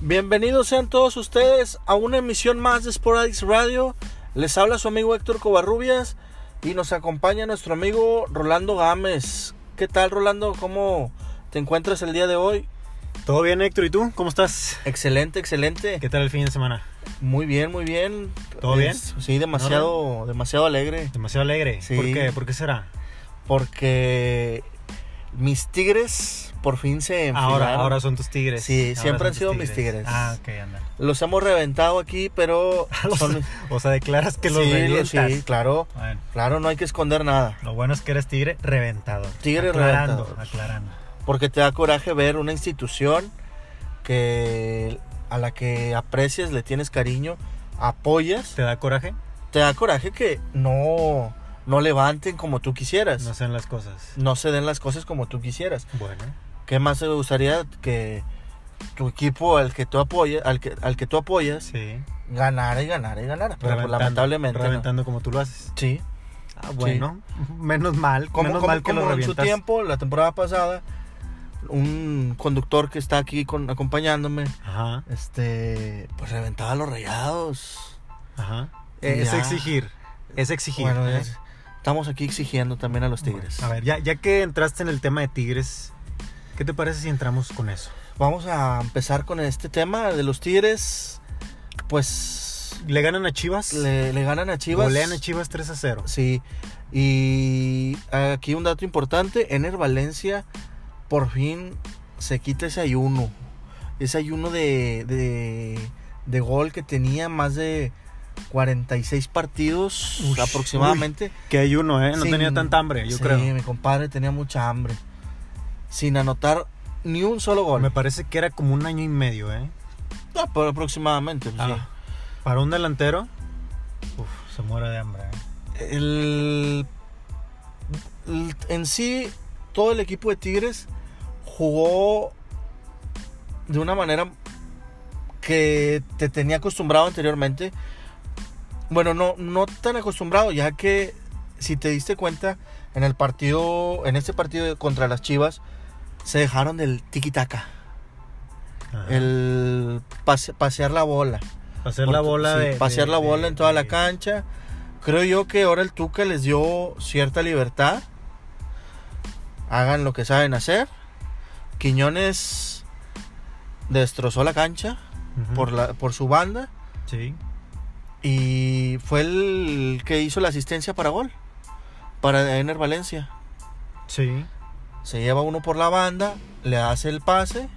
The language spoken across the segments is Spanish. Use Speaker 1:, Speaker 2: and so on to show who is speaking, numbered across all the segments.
Speaker 1: Bienvenidos sean todos ustedes a una emisión más de Sporadix Radio. Les habla su amigo Héctor Covarrubias y nos acompaña nuestro amigo Rolando Gámez. ¿Qué tal, Rolando? ¿Cómo te encuentras el día de hoy?
Speaker 2: Todo bien, Héctor, ¿y tú? ¿Cómo estás?
Speaker 1: Excelente, excelente.
Speaker 2: ¿Qué tal el fin de semana?
Speaker 1: Muy bien, muy bien.
Speaker 2: ¿Todo bien?
Speaker 1: Sí, demasiado, demasiado alegre.
Speaker 2: Demasiado alegre.
Speaker 1: Sí.
Speaker 2: ¿Por qué? ¿Por qué será?
Speaker 1: Porque mis tigres por fin se enfilaron.
Speaker 2: Ahora, ahora son tus tigres.
Speaker 1: Sí,
Speaker 2: Ahora
Speaker 1: siempre
Speaker 2: son
Speaker 1: han
Speaker 2: tus
Speaker 1: sido mis tigres.
Speaker 2: Ah, ok, anda.
Speaker 1: Los hemos reventado aquí, pero
Speaker 2: Los-
Speaker 1: son-
Speaker 2: o sea, declaras que los
Speaker 1: Sí,
Speaker 2: revientas.
Speaker 1: sí, claro,
Speaker 2: Bueno,
Speaker 1: claro, no hay que esconder nada.
Speaker 2: lo bueno es que eres tigre reventador.
Speaker 1: Tigre
Speaker 2: aclarando,
Speaker 1: reventador.
Speaker 2: Aclarando.
Speaker 1: porque te da coraje ver una institución que a la que aprecias, le tienes cariño, apoyas,
Speaker 2: ¿Te da coraje?
Speaker 1: te da coraje que no no levanten como tú quisieras,
Speaker 2: No
Speaker 1: no,
Speaker 2: sean las cosas.
Speaker 1: se den las cosas como tú quisieras.
Speaker 2: Bueno.
Speaker 1: ¿Qué más te gustaría que tu equipo al que tú apoyas, al que al que tú apoyas,
Speaker 2: Sí.
Speaker 1: ganara y ganara y ganara? Pero pues,
Speaker 2: Reventando,
Speaker 1: lamentablemente no.
Speaker 2: Reventando como tú lo haces.
Speaker 1: Sí.
Speaker 2: Ah, bueno. Menos mal.
Speaker 1: Como,
Speaker 2: menos
Speaker 1: como-
Speaker 2: mal que
Speaker 1: como
Speaker 2: lo
Speaker 1: en su
Speaker 2: revientas.
Speaker 1: tiempo, la temporada pasada, un conductor que está aquí con- acompañándome
Speaker 2: Ajá,
Speaker 1: Este, pues reventaba los rayados.
Speaker 2: ajá. Eh, es
Speaker 1: Ya.
Speaker 2: exigir. Es exigir.
Speaker 1: Bueno,
Speaker 2: ¿eh?
Speaker 1: es- estamos aquí exigiendo también a los Tigres.
Speaker 2: A ver, ya, ya que entraste en el tema de Tigres, ¿qué te parece si entramos con eso?
Speaker 1: Vamos a empezar con este tema de los Tigres. Pues
Speaker 2: ¿Le ganan a Chivas?
Speaker 1: le, le ganan a Chivas.
Speaker 2: Golean a Chivas 3 a 0.
Speaker 1: Sí. Y aquí un dato importante, Ener Valencia por fin se quita ese ayuno. Ese ayuno de, de, de gol que tenía más de 46 partidos
Speaker 2: Uy,
Speaker 1: aproximadamente.
Speaker 2: Que hay uno, ¿eh? No
Speaker 1: Sin-
Speaker 2: tenía tanta hambre, yo
Speaker 1: sí,
Speaker 2: creo.
Speaker 1: mi compadre tenía mucha hambre. Sin anotar ni un solo gol.
Speaker 2: Me parece que era como un año y medio, ¿eh?
Speaker 1: Ah, por aproximadamente, pues,
Speaker 2: Ah, Para un delantero, uf, se muere de hambre. ¿eh?
Speaker 1: sí. El- el- en sí, todo el equipo de Tigres jugó de una manera que te tenía acostumbrado anteriormente. Bueno, no, no tan acostumbrado, ya que si te diste cuenta, en el partido, en este partido contra las Chivas, se dejaron del tiki-taka.
Speaker 2: Ajá.
Speaker 1: el pase- pasear la bola.
Speaker 2: pasear la bola
Speaker 1: Sí,
Speaker 2: de-
Speaker 1: pasear
Speaker 2: de-
Speaker 1: la
Speaker 2: de-
Speaker 1: bola en toda la
Speaker 2: de-
Speaker 1: cancha. Creo yo que ahora el Tuca les dio cierta libertad. Hagan lo que saben hacer. Quiñones destrozó la cancha
Speaker 2: Ujú.
Speaker 1: por, la, por su banda
Speaker 2: Sí.
Speaker 1: y fue el que hizo la asistencia para gol, para Ener Valencia.
Speaker 2: Sí.
Speaker 1: Se lleva uno por la banda, le hace el pase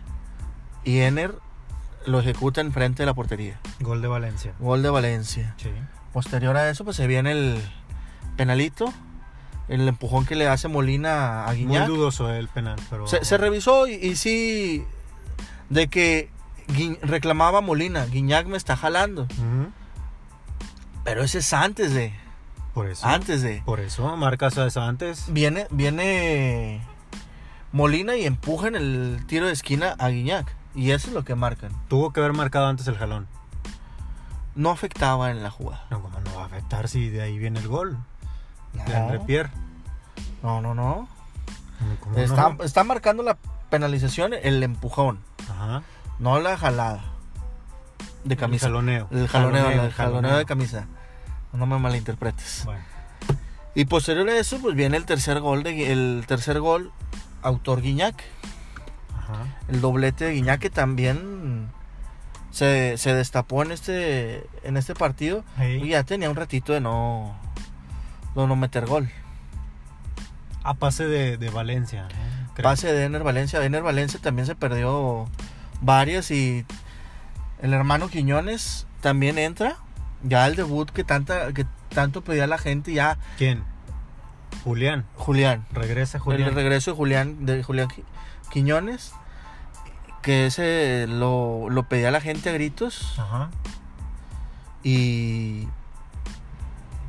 Speaker 1: y Ener lo ejecuta enfrente de la portería.
Speaker 2: Gol de Valencia.
Speaker 1: Gol de Valencia.
Speaker 2: Sí.
Speaker 1: Posterior a eso, pues se viene el penalito, el empujón que le hace Molina a
Speaker 2: Muy
Speaker 1: Guiñac.
Speaker 2: dudoso el penal, pero.
Speaker 1: Se, se revisó y, y sí, de que Gui- reclamaba Molina, Guiñac me está jalando.
Speaker 2: Ujú.
Speaker 1: Pero ese es antes de,
Speaker 2: Por eso.
Speaker 1: antes de.
Speaker 2: Por eso, marcas a eso antes.
Speaker 1: Viene, viene Molina y empujan el tiro de esquina a Guiñac. Y eso es lo que marcan.
Speaker 2: Tuvo que haber marcado antes el jalón.
Speaker 1: No afectaba en la jugada.
Speaker 2: No, como no va a afectar si de ahí viene el gol. De André
Speaker 1: No,
Speaker 2: Pierre.
Speaker 1: no, no. no.
Speaker 2: ¿Cómo no?
Speaker 1: Está, está marcando la penalización el empujón.
Speaker 2: Ajá.
Speaker 1: No la jalada de camisa.
Speaker 2: El jaloneo.
Speaker 1: El jaloneo, el
Speaker 2: el
Speaker 1: jaloneo de camisa. No me malinterpretes.
Speaker 2: Bueno,
Speaker 1: Y posterior a eso, pues viene el tercer gol de Gui- el tercer gol autor Guiñac.
Speaker 2: ajá.
Speaker 1: El doblete de Guiñac que también se, se destapó en este en este partido
Speaker 2: Ahí.
Speaker 1: y ya tenía un ratito de no de no meter gol.
Speaker 2: A pase de, de Valencia. ¿eh? Creo.
Speaker 1: Pase de Ener Valencia, Ener Valencia también se perdió varias y el hermano Quiñones también entra. Ya el debut que tanta que tanto pedía la gente ya
Speaker 2: ¿Quién? Julián.
Speaker 1: Julián.
Speaker 2: Regresa Julián.
Speaker 1: El regreso de Julián, de Julián Qui- Quiñones, que ese lo, lo pedía la gente a gritos
Speaker 2: Ajá.
Speaker 1: y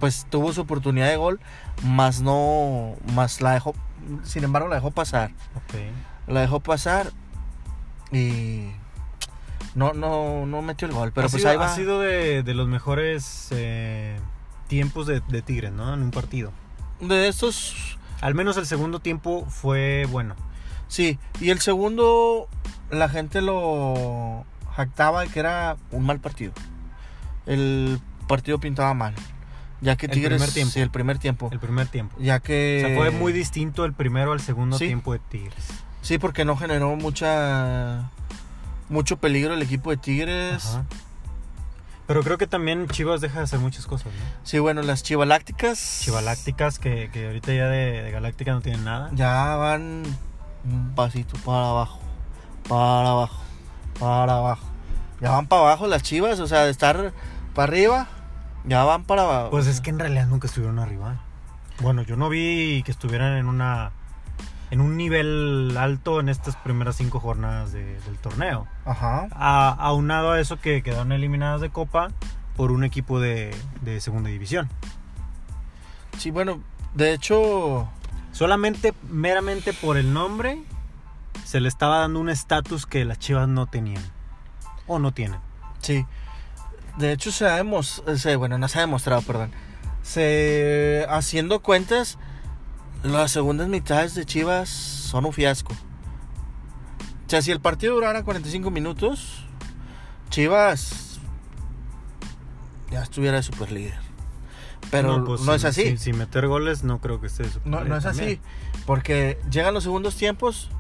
Speaker 1: pues tuvo su oportunidad de gol, más no, más la dejó, sin embargo la dejó pasar,
Speaker 2: Ok.
Speaker 1: la dejó pasar y no, no, no metió el gol, pero
Speaker 2: ha
Speaker 1: pues
Speaker 2: sido,
Speaker 1: ahí va.
Speaker 2: ha sido de, de los mejores eh, tiempos de, de Tigres, ¿no? En un partido.
Speaker 1: De estos,
Speaker 2: Al menos el segundo tiempo fue bueno.
Speaker 1: sí, y el segundo la gente lo jactaba de que era un mal partido. El partido pintaba mal. Ya que
Speaker 2: El
Speaker 1: Tigres.
Speaker 2: primer tiempo.
Speaker 1: sí, el primer tiempo.
Speaker 2: El primer tiempo.
Speaker 1: Ya
Speaker 2: O
Speaker 1: que.
Speaker 2: sea, fue muy distinto el primero al segundo
Speaker 1: Sí.
Speaker 2: tiempo de Tigres.
Speaker 1: Sí, porque no generó mucha. Mucho peligro el equipo de Tigres.
Speaker 2: Ajá. Pero creo que también Chivas deja de hacer muchas cosas, ¿no?
Speaker 1: Sí, bueno, las Chivalácticas.
Speaker 2: Chivalácticas, que, que ahorita ya de, de Galáctica no tienen nada.
Speaker 1: Ya van un pasito para abajo, para abajo, para abajo. Ya van para abajo las chivas, o sea, de estar para arriba, ya van para abajo.
Speaker 2: Pues es que en realidad nunca estuvieron arriba. Bueno, yo no vi que estuvieran en una en un nivel alto en estas primeras cinco jornadas de- del torneo.
Speaker 1: Ajá.
Speaker 2: A- aunado a eso que quedaron eliminadas de Copa por un equipo de, de segunda división.
Speaker 1: Sí, bueno, de hecho,
Speaker 2: Solamente, meramente por el nombre, se le estaba dando un estatus que las Chivas no tenían. O no tienen.
Speaker 1: sí. De hecho, se ha demostrado, bueno, no se ha demostrado, perdón. Se, haciendo cuentas, las segundas mitades de Chivas son un fiasco. O sea, si el partido durara 45 minutos, Chivas ya estuviera de super líder. Pero no,
Speaker 2: pues,
Speaker 1: es
Speaker 2: sin-
Speaker 1: así.
Speaker 2: Sin, sin meter goles, no creo que esté.
Speaker 1: No, no es así. Porque llegan los segundos tiempos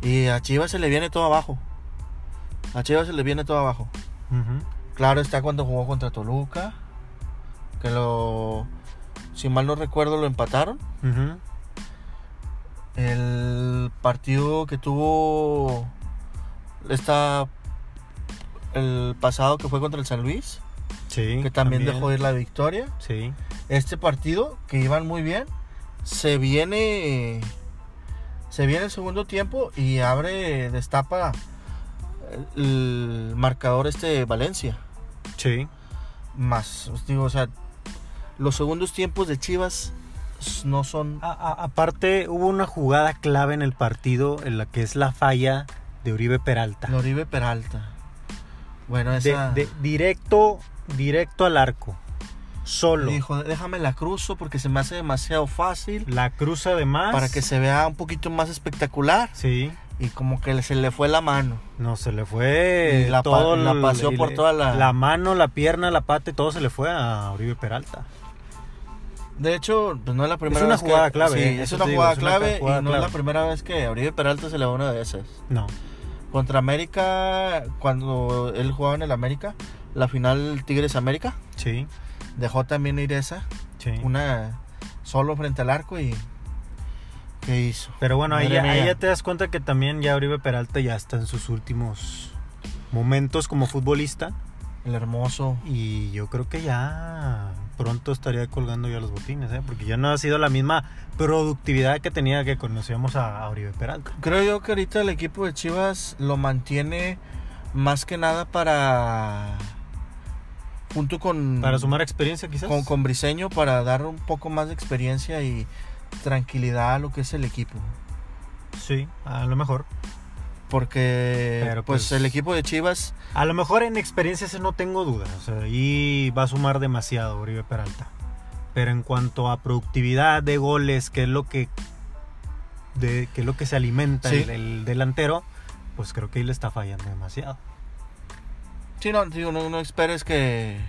Speaker 1: y a Chivas se le viene todo abajo. A Chivas se le viene todo abajo. Claro está cuando jugó contra Toluca. Que lo. Si mal no recuerdo, lo empataron. El partido que tuvo. Esta. El pasado que fue contra el San Luis.
Speaker 2: Sí.
Speaker 1: Que también, dejó ir la victoria.
Speaker 2: Sí.
Speaker 1: Este partido, que iban muy bien. Se viene. Se viene el segundo tiempo y abre, destapa el, el marcador este Valencia.
Speaker 2: Sí.
Speaker 1: más. Os digo, o sea, los segundos tiempos de Chivas s- no son.
Speaker 2: A- a- aparte, hubo una jugada clave en el partido en la que es la falla de Uribe Peralta.
Speaker 1: de Oribe Peralta. Bueno,
Speaker 2: De-
Speaker 1: esa.
Speaker 2: de- directo, directo al arco. Solo.
Speaker 1: Dijo, déjame la cruzo porque se me hace demasiado fácil.
Speaker 2: La cruza además.
Speaker 1: Para que se vea un poquito más espectacular.
Speaker 2: Sí.
Speaker 1: Y como que se le fue la mano.
Speaker 2: No, se le fue
Speaker 1: Y la pa-
Speaker 2: todo
Speaker 1: la
Speaker 2: el-
Speaker 1: paseó
Speaker 2: y
Speaker 1: por
Speaker 2: le-
Speaker 1: toda la-
Speaker 2: La mano, la pierna, la pata y todo se le fue a Uribe Peralta.
Speaker 1: De hecho, pues no es la primera
Speaker 2: una
Speaker 1: vez que-
Speaker 2: jugada clave,
Speaker 1: sí,
Speaker 2: eh,
Speaker 1: es
Speaker 2: eso
Speaker 1: una
Speaker 2: te digo,
Speaker 1: jugada
Speaker 2: es una
Speaker 1: clave.
Speaker 2: jugada
Speaker 1: y no es la
Speaker 2: clave.
Speaker 1: primera vez que Oribe Peralta se le va una de esas.
Speaker 2: No.
Speaker 1: Contra América, cuando él jugaba en el América, la final Tigres América,
Speaker 2: Sí.
Speaker 1: dejó también ir esa.
Speaker 2: Sí.
Speaker 1: una solo frente al arco y qué hizo
Speaker 2: Pero bueno, ahí,
Speaker 1: Madre
Speaker 2: ya- ahí
Speaker 1: mía.
Speaker 2: ya te das cuenta que también ya Uribe Peralta ya está en sus últimos momentos como futbolista.
Speaker 1: el hermoso
Speaker 2: Y yo creo que ya pronto estaría colgando ya los botines, ¿eh? porque ya no ha sido la misma productividad que tenía que conocíamos a, a Uribe Peralta.
Speaker 1: creo yo que ahorita el equipo de Chivas lo mantiene más que nada para junto con
Speaker 2: Para sumar experiencia, quizás.
Speaker 1: Mm. con, con Briseño para dar un poco más de experiencia y tranquilidad a lo que es el equipo
Speaker 2: Sí, a lo mejor.
Speaker 1: porque
Speaker 2: Pero,
Speaker 1: pues,
Speaker 2: pues,
Speaker 1: el equipo de Chivas
Speaker 2: A lo mejor en experiencia ese no tengo dudas. O sea, ahí va a sumar demasiado Uribe Peralta. Pero en cuanto a productividad de goles, que es lo que, de, que, es lo que se alimenta
Speaker 1: Sí.
Speaker 2: el, el delantero, pues creo que ahí le está fallando demasiado.
Speaker 1: sí, no, digo, no, no esperes que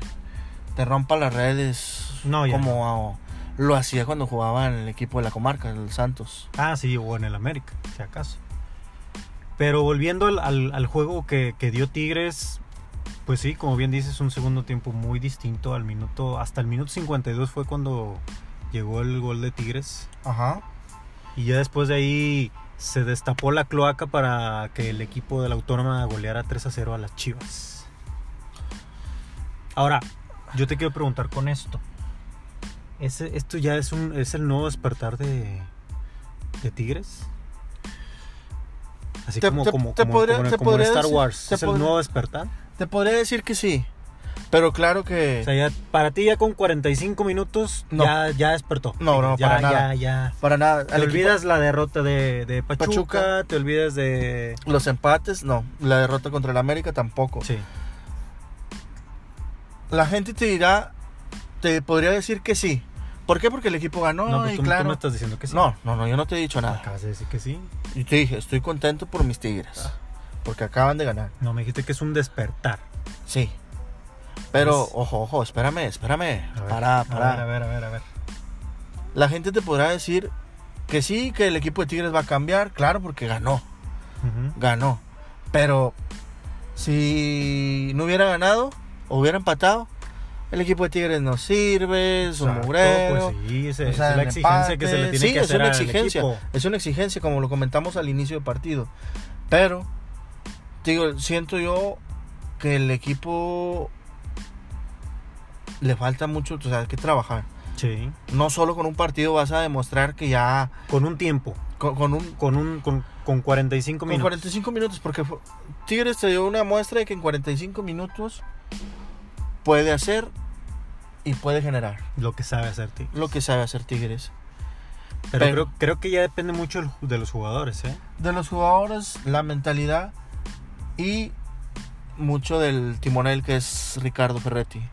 Speaker 1: te rompa las redes
Speaker 2: No, ya
Speaker 1: como lo hacía cuando jugaba en el equipo de la comarca el Santos
Speaker 2: Ah, sí, o en el América, si acaso. Pero volviendo al, al- al juego que, que dio Tigres, pues sí, como bien dices, un segundo tiempo muy distinto al minuto. Hasta el minuto 52 fue cuando llegó el gol de Tigres.
Speaker 1: Ajá.
Speaker 2: Y ya después de ahí se destapó la cloaca para que el equipo de la Autónoma goleara 3 a 0 a las Chivas. Ahora, yo te quiero preguntar con esto. Ese- ¿Esto ya es, un, es el nuevo despertar de, de Tigres? Así
Speaker 1: Te-
Speaker 2: como,
Speaker 1: te-
Speaker 2: como,
Speaker 1: te
Speaker 2: como-
Speaker 1: podría-
Speaker 2: como en-
Speaker 1: te
Speaker 2: como en
Speaker 1: podría
Speaker 2: Star
Speaker 1: decir-
Speaker 2: Wars.
Speaker 1: te
Speaker 2: ¿Es el
Speaker 1: podría-
Speaker 2: nuevo despertar?
Speaker 1: Te podría decir que sí, pero claro que...
Speaker 2: O sea, ya- para ti ya con 45 minutos
Speaker 1: No.
Speaker 2: ya, ya despertó.
Speaker 1: No, no,
Speaker 2: ya,
Speaker 1: para nada.
Speaker 2: Ya, ya.
Speaker 1: para nada.
Speaker 2: Te
Speaker 1: al equipo-
Speaker 2: olvidas la derrota de, de Pachuca,
Speaker 1: Pachuca.
Speaker 2: te olvidas de...
Speaker 1: los empates, no. La derrota contra el América tampoco.
Speaker 2: Sí,
Speaker 1: La gente te dirá, te podría decir que sí. ¿Por qué? Porque el equipo ganó
Speaker 2: no, pues
Speaker 1: y
Speaker 2: tú, tú
Speaker 1: claro...
Speaker 2: me estás diciendo que sí. Ah,
Speaker 1: No, no, no, yo no te he dicho nada.
Speaker 2: Acabas de decir que sí. Ah.
Speaker 1: Y te dije, estoy contento por mis tigres. porque acaban de ganar.
Speaker 2: No, me dijiste que es un despertar.
Speaker 1: Sí. Pero,
Speaker 2: Pues-
Speaker 1: ojo, ojo, espérame, espérame.
Speaker 2: A ver,
Speaker 1: Para,
Speaker 2: a
Speaker 1: para.
Speaker 2: ver, A ver, a ver, a ver.
Speaker 1: La gente te podrá decir que sí, que el equipo de Tigres va a cambiar, claro, porque ganó,
Speaker 2: Ujú.
Speaker 1: ganó. Pero si no hubiera ganado o hubiera empatado, el equipo de Tigres no sirve, es un
Speaker 2: Exacto,
Speaker 1: mugrero.
Speaker 2: Pues sí, ese-
Speaker 1: o sea,
Speaker 2: es la
Speaker 1: el
Speaker 2: exigencia que se le
Speaker 1: empate.
Speaker 2: tiene
Speaker 1: Sí,
Speaker 2: que
Speaker 1: es
Speaker 2: hacer
Speaker 1: una
Speaker 2: al
Speaker 1: exigencia,
Speaker 2: equipo.
Speaker 1: Es una exigencia, como lo comentamos al inicio del partido. Pero, digo, siento yo que el equipo le falta mucho, o sea, hay que trabajar.
Speaker 2: Sí.
Speaker 1: No solo con un partido vas a demostrar que ya
Speaker 2: Con un tiempo,
Speaker 1: con, con un
Speaker 2: con un con, con 45
Speaker 1: con
Speaker 2: minutos.
Speaker 1: 45 minutos, porque fue- Tigres te dio una muestra de que en 45 minutos puede hacer y puede generar
Speaker 2: Lo que sabe hacer Tigres.
Speaker 1: lo que sabe hacer Tigres.
Speaker 2: Pero,
Speaker 1: Pero-
Speaker 2: creo, creo que ya depende mucho el- de los jugadores, ¿eh?
Speaker 1: de los jugadores, la mentalidad y mucho del timonel que es Ricardo Ferretti.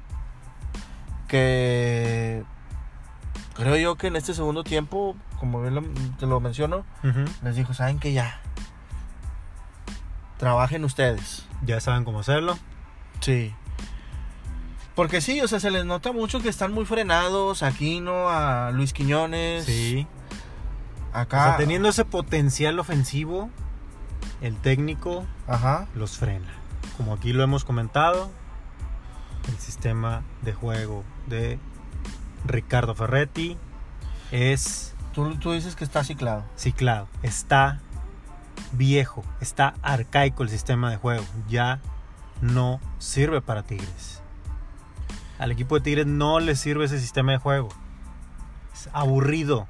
Speaker 1: Que creo yo que en este segundo tiempo, como bien lo- te lo menciono,
Speaker 2: Ujú.
Speaker 1: les dijo, saben que ya. Trabajen ustedes.
Speaker 2: Ya saben cómo hacerlo.
Speaker 1: Sí. Porque sí, o sea, se les nota mucho que están muy frenados. Aquí, ¿no? A Luis Quiñones.
Speaker 2: Sí.
Speaker 1: Acá.
Speaker 2: O sea, teniendo ese potencial ofensivo, el técnico
Speaker 1: Ajá.
Speaker 2: los frena. Como aquí lo hemos comentado, el sistema de juego de Ricardo Ferretti es
Speaker 1: Tú, tú dices que está ciclado.
Speaker 2: ciclado, está viejo, está arcaico el sistema de juego, ya no sirve para Tigres. Al equipo de Tigres no le sirve ese sistema de juego. Es aburrido.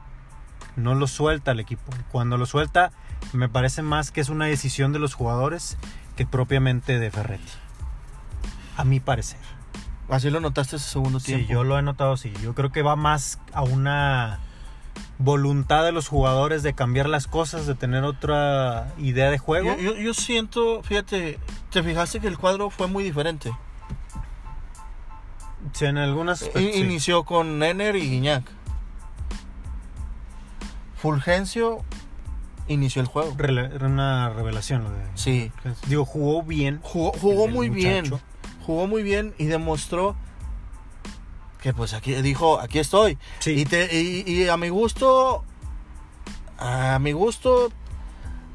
Speaker 2: No lo suelta el equipo. Cuando lo suelta, me parece más que es una decisión de los jugadores que propiamente de Ferretti. A mi parecer.
Speaker 1: Así lo notaste ese segundo tiempo.
Speaker 2: Sí, yo lo he notado, sí. Yo creo que va más a una voluntad de los jugadores de cambiar las cosas, de tener otra idea de juego.
Speaker 1: Yo, yo- yo siento, fíjate, te fijaste que el cuadro fue muy diferente.
Speaker 2: Sí, en algunas...
Speaker 1: I-
Speaker 2: sí.
Speaker 1: Inició con Nenner y Guiñac. Fulgencio inició el juego.
Speaker 2: Rele- era una revelación lo de...
Speaker 1: Sí.
Speaker 2: Digo, jugó bien.
Speaker 1: Jugó, jugó
Speaker 2: el
Speaker 1: muy bien.
Speaker 2: muchacho.
Speaker 1: Jugó muy bien y demostró que pues aquí dijo, aquí estoy.
Speaker 2: Sí,
Speaker 1: Y, te- y- y a mi gusto, a mi gusto,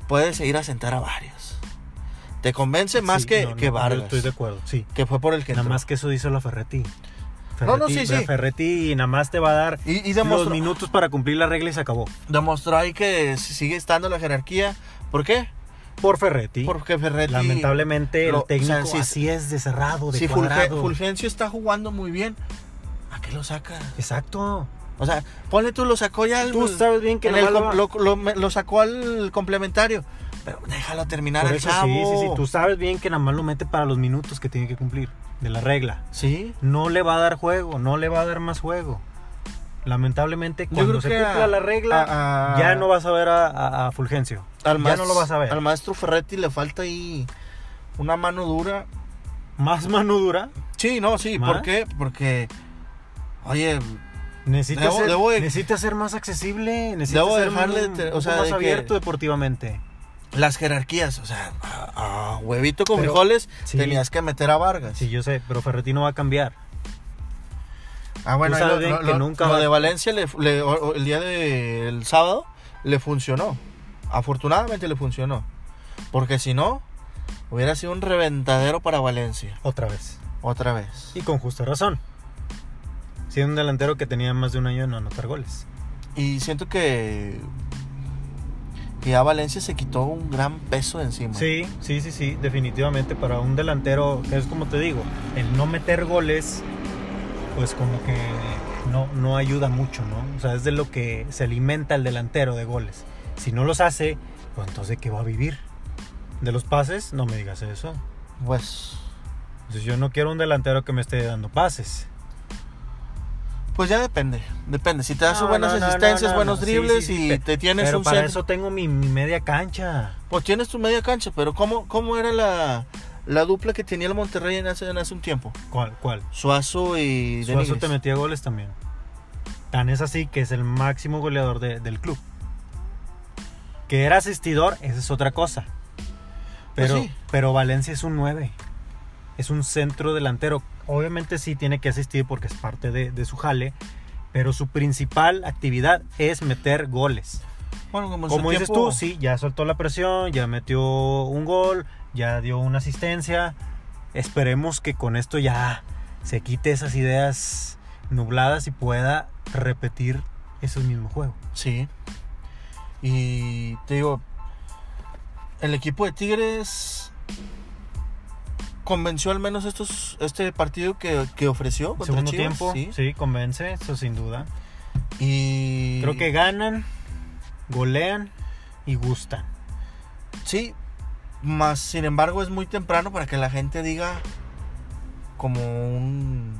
Speaker 1: puedes ir a sentar a varios. Te convence más
Speaker 2: sí,
Speaker 1: que,
Speaker 2: no, no,
Speaker 1: que
Speaker 2: yo
Speaker 1: Vargas,
Speaker 2: estoy de acuerdo, sí.
Speaker 1: que fue por el que
Speaker 2: Nada
Speaker 1: entró.
Speaker 2: más que eso hizo la Ferretti.
Speaker 1: No, no, sí,
Speaker 2: Ferretti-
Speaker 1: sí.
Speaker 2: Ferretti nada más te va a dar
Speaker 1: Y, y
Speaker 2: los
Speaker 1: demostró,
Speaker 2: minutos para cumplir la regla y se acabó.
Speaker 1: demostró ahí que sigue estando la jerarquía. ¿Por qué?
Speaker 2: Por Ferretti.
Speaker 1: Porque Ferretti...
Speaker 2: Lamentablemente
Speaker 1: lo-
Speaker 2: el técnico
Speaker 1: o sea, si-
Speaker 2: así es de cerrado, de
Speaker 1: Si Fulge-
Speaker 2: cuadrado.
Speaker 1: Fulgencio está jugando muy bien, ¿a qué lo sacas?
Speaker 2: Exacto.
Speaker 1: O sea, ponle tú, lo sacó ya al...
Speaker 2: Tú sabes bien que
Speaker 1: Pues, en el
Speaker 2: nomás
Speaker 1: com- lo,
Speaker 2: va-
Speaker 1: lo- me- lo sacó al complementario. Pero déjalo terminar
Speaker 2: Por
Speaker 1: al
Speaker 2: eso
Speaker 1: chavo.
Speaker 2: sí, sí, sí, tú sabes bien que nada más lo mete para los minutos que tiene que cumplir de la regla.
Speaker 1: Sí,
Speaker 2: No le va a dar juego, no le va a dar más juego. Lamentablemente cuando
Speaker 1: creo
Speaker 2: se
Speaker 1: que
Speaker 2: cumpla
Speaker 1: a-
Speaker 2: la regla
Speaker 1: a- a-
Speaker 2: ya no vas a ver a, a- a Fulgencio.
Speaker 1: Al
Speaker 2: ya
Speaker 1: maes-
Speaker 2: no lo vas a ver.
Speaker 1: Al maestro Ferretti le falta ahí una mano dura.
Speaker 2: Más mano dura.
Speaker 1: Sí, no, sí.
Speaker 2: ¿Más?
Speaker 1: ¿Por qué? Porque, oye,
Speaker 2: Necesita,
Speaker 1: Debo-
Speaker 2: ser,
Speaker 1: debo de-
Speaker 2: necesita ser más accesible, necesita
Speaker 1: Debo
Speaker 2: ser
Speaker 1: dejarle
Speaker 2: un-
Speaker 1: te- o
Speaker 2: un
Speaker 1: sea,
Speaker 2: poco más
Speaker 1: de que-
Speaker 2: abierto deportivamente.
Speaker 1: las jerarquías, o sea, a, a huevito con
Speaker 2: Pero-
Speaker 1: frijoles
Speaker 2: sí.
Speaker 1: tenías que meter a Vargas.
Speaker 2: Sí, yo sé, pero Ferretti no va a cambiar.
Speaker 1: Ah, bueno,
Speaker 2: Tú
Speaker 1: ahí lo-
Speaker 2: sabes bien
Speaker 1: lo,
Speaker 2: que
Speaker 1: lo-
Speaker 2: nunca
Speaker 1: lo
Speaker 2: va-
Speaker 1: de Valencia le- le- o- o el día del sábado le funcionó. Afortunadamente le funcionó. Porque si no, hubiera sido un reventadero para Valencia.
Speaker 2: Otra vez.
Speaker 1: Otra vez.
Speaker 2: Y con justa razón. Siendo un delantero que tenía más de un año de no anotar goles.
Speaker 1: Y siento que. Que ya Valencia se quitó un gran peso de encima.
Speaker 2: Sí, sí, sí, sí, definitivamente para un delantero es como te digo, el no meter goles, pues como que no, no ayuda mucho, ¿no? O sea, es de lo que se alimenta el delantero de goles. Si no los hace, pues entonces ¿de ¿qué va a vivir? De los pases, no me digas eso.
Speaker 1: Pues.
Speaker 2: Entonces yo no quiero un delantero que me esté dando pases.
Speaker 1: Pues ya depende. Depende. Si te das
Speaker 2: No,
Speaker 1: buenas
Speaker 2: no, no,
Speaker 1: asistencias,
Speaker 2: no, no,
Speaker 1: buenos
Speaker 2: sí,
Speaker 1: dribles
Speaker 2: sí, sí,
Speaker 1: y
Speaker 2: pe-
Speaker 1: te tienes
Speaker 2: Pero
Speaker 1: un
Speaker 2: para
Speaker 1: centro.
Speaker 2: eso tengo mi, mi media cancha.
Speaker 1: Pues tienes tu media cancha, pero ¿cómo, cómo era la, la dupla que tenía el Monterrey en hace, en hace un tiempo?
Speaker 2: ¿Cuál? ¿Cuál?
Speaker 1: Suazo y
Speaker 2: Suazo
Speaker 1: Denigris.
Speaker 2: te metía goles también. Tan es así que es el máximo goleador de- del club. Que era asistidor, esa es otra cosa. Pero,
Speaker 1: Pues sí.
Speaker 2: pero Valencia es un 9. Es un centro delantero. Obviamente sí tiene que asistir porque es parte de, de su jale. Pero su principal actividad es meter goles.
Speaker 1: Bueno, como, en su
Speaker 2: Como dices
Speaker 1: tiempo-
Speaker 2: tú, sí, ya soltó la presión, ya metió un gol, ya dio una asistencia. Esperemos que con esto ya se quite esas ideas nubladas y pueda repetir ese mismo juego.
Speaker 1: Sí. Y te digo, el equipo de Tigres convenció al menos estos, este partido que, que ofreció. Contra
Speaker 2: Segundo
Speaker 1: Chivas,
Speaker 2: tiempo,
Speaker 1: sí.
Speaker 2: sí. convence, eso sin duda.
Speaker 1: Y
Speaker 2: Creo que ganan, golean y gustan.
Speaker 1: Sí, más sin embargo es muy temprano para que la gente diga como un,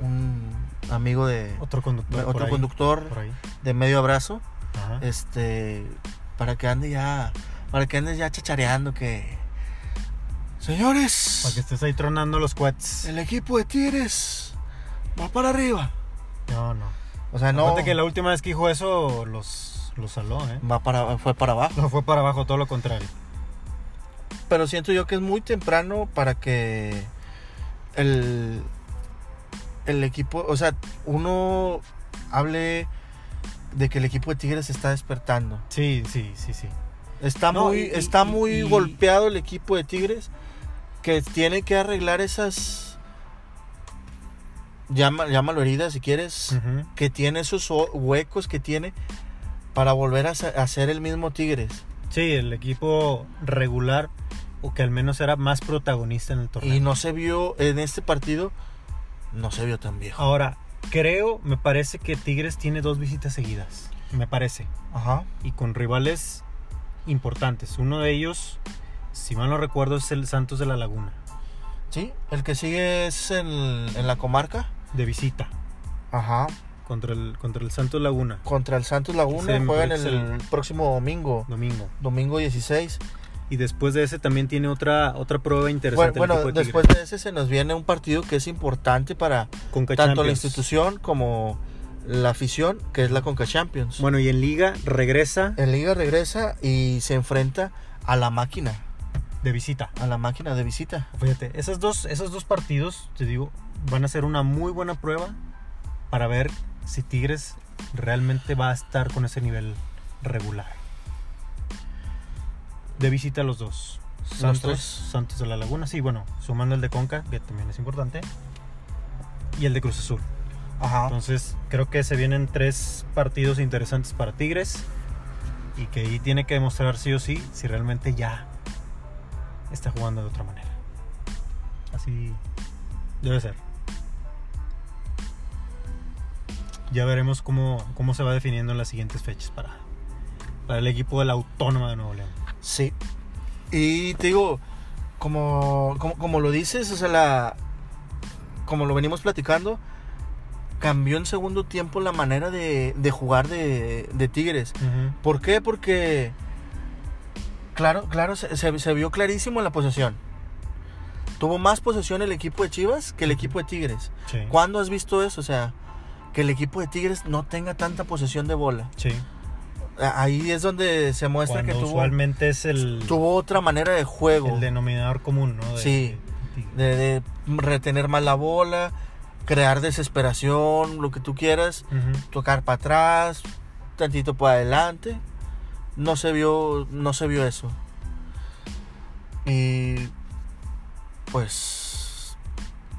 Speaker 1: un amigo de
Speaker 2: Otro conductor. por
Speaker 1: otro
Speaker 2: ahí,
Speaker 1: conductor
Speaker 2: por ahí.
Speaker 1: de medio abrazo,
Speaker 2: Ajá.
Speaker 1: este, para que ande ya, para que ande ya chachareando que señores,
Speaker 2: Para que estés ahí tronando los cuates.
Speaker 1: el equipo de Tigres va para arriba.
Speaker 2: No, no.
Speaker 1: O sea, no
Speaker 2: Acuérdate que la última vez que dijo eso los, los saló, ¿eh?
Speaker 1: va para fue para abajo.
Speaker 2: No fue para abajo, todo lo contrario.
Speaker 1: pero siento yo que es muy temprano para que el, el equipo, o sea, uno hable de que el equipo de Tigres se está despertando.
Speaker 2: Sí, sí, sí, sí.
Speaker 1: Está
Speaker 2: No,
Speaker 1: muy,
Speaker 2: y- y-
Speaker 1: está
Speaker 2: y-
Speaker 1: muy
Speaker 2: y-
Speaker 1: golpeado el equipo de Tigres que tiene que arreglar esas, llama, llámalo heridas si quieres,
Speaker 2: Ujú.
Speaker 1: que tiene esos o- huecos que tiene para volver a, sa- a ser el mismo Tigres.
Speaker 2: Sí, el equipo regular, o que al menos era más protagonista en el torneo.
Speaker 1: Y no se vio en este partido, no se vio tan viejo.
Speaker 2: Ahora, creo, me parece que Tigres tiene dos visitas seguidas. Me parece.
Speaker 1: Ajá.
Speaker 2: y con rivales importantes. Uno de ellos, si mal no recuerdo, es el Santos de la Laguna,
Speaker 1: Sí, el que sigue es en, en la comarca.
Speaker 2: de visita
Speaker 1: Ajá.
Speaker 2: contra el, contra el Santos Laguna,
Speaker 1: Contra el Santos Laguna.
Speaker 2: Sí, me
Speaker 1: juegan
Speaker 2: parece
Speaker 1: el próximo domingo,
Speaker 2: domingo.
Speaker 1: domingo 16.
Speaker 2: Y después de ese también tiene otra, otra prueba
Speaker 1: Bueno,
Speaker 2: interesante. el
Speaker 1: bueno,
Speaker 2: equipo de
Speaker 1: después de ese se nos viene un partido que es importante para
Speaker 2: Tigres, Conca
Speaker 1: tanto la
Speaker 2: Champions.
Speaker 1: institución como la afición, que es la Conca Champions.
Speaker 2: Bueno, y en Liga regresa
Speaker 1: En Liga regresa y se enfrenta a la máquina,
Speaker 2: de visita.
Speaker 1: a la máquina de visita.
Speaker 2: Fíjate, esos dos, esos dos partidos, te digo, van a ser una muy buena prueba para ver si Tigres realmente va a estar con ese nivel regular. De visita los dos. Santos,
Speaker 1: tres.
Speaker 2: Santos de la Laguna, sí, bueno, sumando el de Conca, que también es importante, y el de Cruz Azul.
Speaker 1: Ajá.
Speaker 2: Entonces, creo que se vienen tres partidos interesantes para Tigres y que ahí tiene que demostrar sí o sí si realmente ya está jugando de otra manera. Así debe ser. Ya veremos cómo, cómo se va definiendo en las siguientes fechas para, para el equipo de la Autónoma de Nuevo León.
Speaker 1: Sí. Y te digo, como, como, como lo dices, o sea, la, como lo venimos platicando, cambió en segundo tiempo la manera de, de jugar de, de Tigres. ¿Por qué? Porque, claro, claro se, se- se vio clarísimo en la posesión. Tuvo más posesión el equipo de Chivas que el equipo de Tigres.
Speaker 2: Sí.
Speaker 1: ¿Cuándo has visto eso? O sea, que el equipo de Tigres no tenga tanta posesión de bola.
Speaker 2: Sí.
Speaker 1: A- Ahí es donde se muestra
Speaker 2: Cuando
Speaker 1: que tuvo
Speaker 2: usualmente es el,
Speaker 1: tuvo otra manera de juego.
Speaker 2: el denominador común, ¿no? De-
Speaker 1: Sí.
Speaker 2: de Tigres.
Speaker 1: De, de retener más la bola, crear desesperación, lo que tú quieras,
Speaker 2: Ujú.
Speaker 1: tocar para atrás, tantito para adelante. No se vio, no se vio eso. Y pues,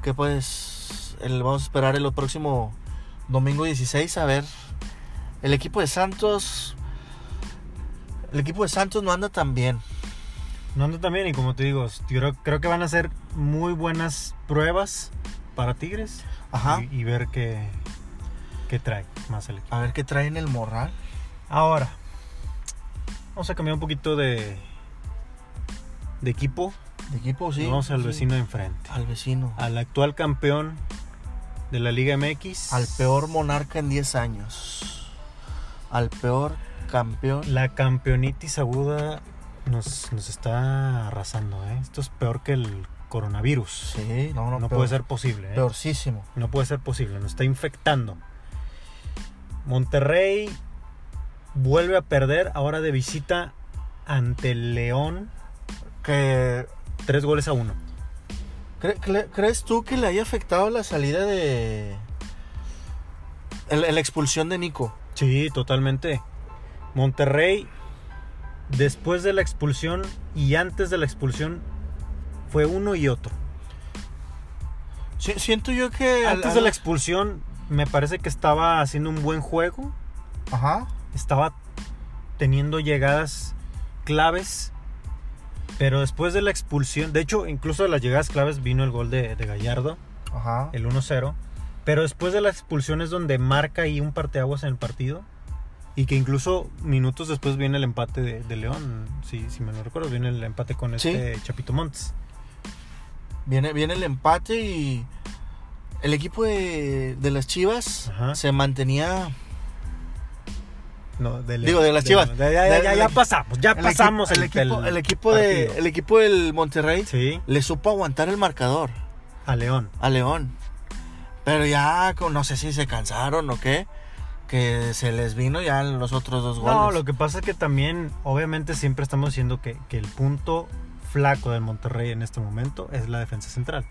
Speaker 1: ¿qué puedes? El, vamos a esperar el próximo domingo 16 a ver. El equipo de Santos, el equipo de Santos no anda tan bien.
Speaker 2: No ando también y como te digo, yo creo, creo que van a ser muy buenas pruebas para Tigres
Speaker 1: Ajá.
Speaker 2: y, y ver qué, qué trae más el equipo.
Speaker 1: A ver qué trae en el morral.
Speaker 2: Ahora, vamos a cambiar un poquito de, de equipo.
Speaker 1: De equipo, sí.
Speaker 2: Nos vamos al
Speaker 1: sí.
Speaker 2: vecino de enfrente.
Speaker 1: Al vecino. Al,
Speaker 2: Al actual campeón de la Liga MX.
Speaker 1: peor monarca en 10 años. Al peor campeón.
Speaker 2: La campeonitis aguda nos, nos está arrasando. ¿eh? Esto es peor que el coronavirus.
Speaker 1: Sí, no, no,
Speaker 2: no
Speaker 1: peor-
Speaker 2: puede ser posible. ¿eh?
Speaker 1: Peorcísimo.
Speaker 2: No puede ser posible, nos está infectando. Monterrey vuelve a perder ahora de visita ante el León
Speaker 1: que
Speaker 2: Tres goles a uno.
Speaker 1: ¿Cre- cre- ¿Crees tú que le haya afectado la salida de. el- la expulsión de Nico?
Speaker 2: Sí, totalmente. Monterrey, después de la expulsión y antes de la expulsión, fue uno y otro.
Speaker 1: Si- siento yo que. al-
Speaker 2: Antes de la expulsión, me parece que estaba haciendo un buen juego.
Speaker 1: Ajá.
Speaker 2: Estaba teniendo llegadas claves. Pero después de la expulsión, de hecho, incluso de las llegadas claves vino el gol de, de Gallardo,
Speaker 1: Ajá.
Speaker 2: el 1-0. Pero después de la expulsión es donde marca ahí un parteaguas en el partido. Y que incluso minutos después viene el empate de, de León, si, si me lo recuerdo, viene el empate con
Speaker 1: Sí.
Speaker 2: este Chapito Montes.
Speaker 1: Viene, viene el empate y. El equipo de, de las Chivas
Speaker 2: Ajá.
Speaker 1: se mantenía.
Speaker 2: No, de León.
Speaker 1: Digo, de las Chivas.
Speaker 2: León. Ya, ya- ya-
Speaker 1: De-
Speaker 2: ya
Speaker 1: de-
Speaker 2: pasamos, ya
Speaker 1: el equipo-
Speaker 2: pasamos
Speaker 1: el,
Speaker 2: el,
Speaker 1: equipo,
Speaker 2: del
Speaker 1: el equipo de,
Speaker 2: partido.
Speaker 1: el equipo del Monterrey
Speaker 2: Sí,
Speaker 1: le supo aguantar el marcador
Speaker 2: a León.
Speaker 1: a León. Pero ya, con- no sé si se cansaron o qué, que se les vino ya los otros dos goles.
Speaker 2: No, lo que pasa es que también, obviamente, siempre estamos diciendo que, que el punto flaco del Monterrey en este momento es la defensa central.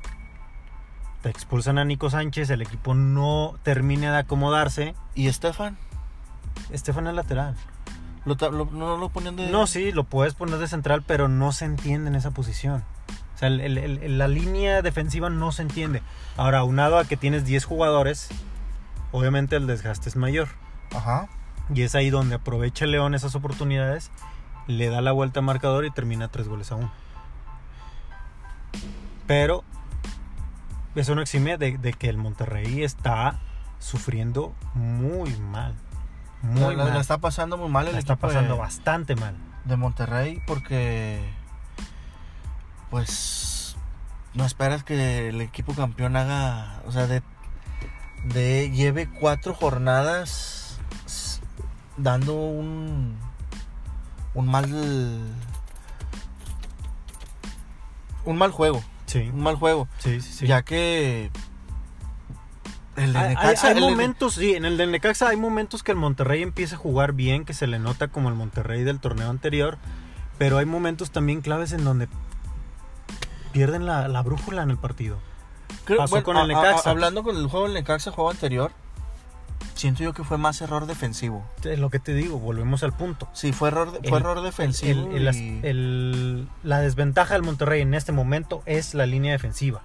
Speaker 2: Te expulsan a Nico Sánchez, el equipo no termina de acomodarse.
Speaker 1: ¿Y Estefan?
Speaker 2: Estefan es lateral.
Speaker 1: ¿Lo ta- lo- ¿No lo ponían de...?
Speaker 2: No, sí, lo puedes poner de central, pero no se entiende en esa posición. O sea, el- el- el- la línea defensiva no se entiende. Ahora, aunado a que tienes 10 jugadores, obviamente el desgaste es mayor.
Speaker 1: Ajá.
Speaker 2: Y es ahí donde aprovecha León esas oportunidades, le da la vuelta al marcador y termina tres goles a uno. Pero eso no exime de, de que el Monterrey está sufriendo muy mal. Muy
Speaker 1: la, la-
Speaker 2: mal.
Speaker 1: la está pasando muy mal el
Speaker 2: La está
Speaker 1: equipo de-
Speaker 2: pasando bastante mal.
Speaker 1: de Monterrey porque... Pues... No esperas que el equipo campeón haga... O sea, de... de lleve cuatro jornadas s- dando un... Un mal... Un mal juego.
Speaker 2: Sí,
Speaker 1: Un mal juego.
Speaker 2: sí, sí. sí.
Speaker 1: Ya que... El de
Speaker 2: Hay, hay-
Speaker 1: Necaxa-
Speaker 2: hay
Speaker 1: el de-
Speaker 2: momentos, sí, en el del Necaxa hay momentos que el Monterrey empieza a jugar bien, que se le nota como el Monterrey del torneo anterior, pero hay momentos también claves en donde pierden la, la brújula en el partido.
Speaker 1: Creo-
Speaker 2: Pasó con el
Speaker 1: a- a-
Speaker 2: Necaxa.
Speaker 1: hablando con el juego del Necaxa, juego anterior, siento yo que fue más error defensivo.
Speaker 2: Es lo que te digo, volvemos al punto.
Speaker 1: Sí, fue error, de- fue
Speaker 2: El-
Speaker 1: error defensivo.
Speaker 2: El- el as-
Speaker 1: y-
Speaker 2: el- la desventaja del Monterrey en este momento es la línea defensiva.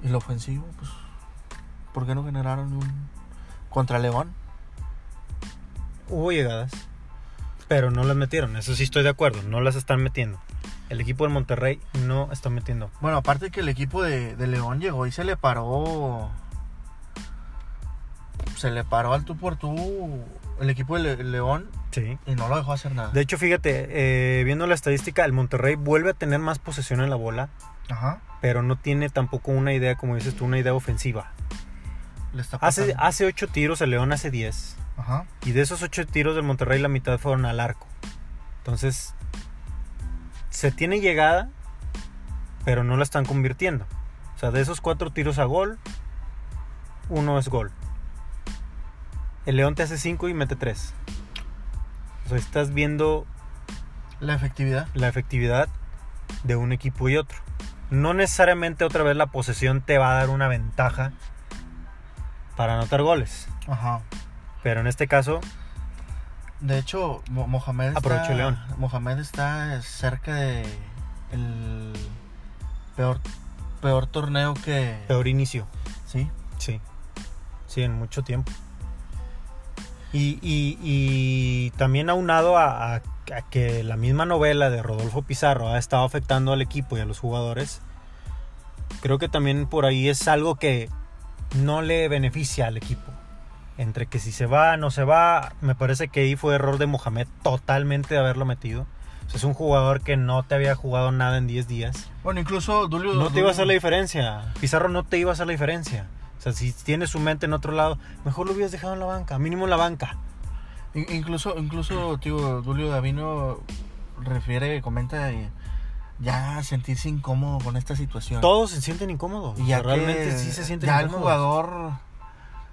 Speaker 1: y el ofensivo, pues, ¿por qué no generaron un contra León?
Speaker 2: Hubo llegadas, pero no las metieron. Eso sí estoy de acuerdo, no las están metiendo. El equipo del Monterrey no está metiendo.
Speaker 1: Bueno, aparte que el equipo de, de León llegó y se le paró. Se le paró al tú por tú el equipo de Le- León
Speaker 2: Sí.
Speaker 1: y no lo dejó hacer nada.
Speaker 2: De hecho, fíjate, eh, viendo la estadística, el Monterrey vuelve a tener más posesión en la bola,
Speaker 1: Ajá.
Speaker 2: pero no tiene tampoco una idea, como dices tú, una idea ofensiva.
Speaker 1: Le está
Speaker 2: Hace,
Speaker 1: pasando.
Speaker 2: hace ocho tiros, el León hace 10.
Speaker 1: Ajá.
Speaker 2: Y de esos ocho tiros del Monterrey, la mitad fueron al arco. Entonces, se tiene llegada, pero no la están convirtiendo. O sea, de esos cuatro tiros a gol, uno es gol. El León te hace cinco y mete tres. O sea, estás viendo
Speaker 1: La efectividad.
Speaker 2: la efectividad de un equipo y otro. No necesariamente otra vez la posesión te va a dar una ventaja para anotar goles.
Speaker 1: Ajá.
Speaker 2: Pero en este caso,
Speaker 1: De hecho, Mo- Mohamed
Speaker 2: Aprovechó
Speaker 1: está,
Speaker 2: León.
Speaker 1: Mohamed está cerca de el peor peor torneo que
Speaker 2: peor inicio.
Speaker 1: sí.
Speaker 2: Sí. Sí, en mucho tiempo. Y, y- y también aunado a, a- a que la misma novela de Rodolfo Pizarro ha estado afectando al equipo y a los jugadores, creo que también por ahí es algo que no le beneficia al equipo. Entre que si se va, no se va, me parece que ahí fue error de Mohamed totalmente de haberlo metido. O sea, es un jugador que no te había jugado nada en 10 días.
Speaker 1: Bueno, incluso Dulio
Speaker 2: No te
Speaker 1: Dulio-
Speaker 2: iba a hacer la diferencia. Pizarro no te iba a hacer la diferencia. O sea, si tienes su mente en otro lado, mejor lo hubieras dejado en la banca, mínimo en la banca.
Speaker 1: in- incluso incluso tío Dulio Davino refiere, comenta y ya sentirse incómodo con esta situación.
Speaker 2: Todos se sienten incómodos.
Speaker 1: Ah. Y
Speaker 2: O sea,
Speaker 1: ya
Speaker 2: realmente
Speaker 1: que
Speaker 2: sí se sienten
Speaker 1: ya el
Speaker 2: incómodos.
Speaker 1: jugador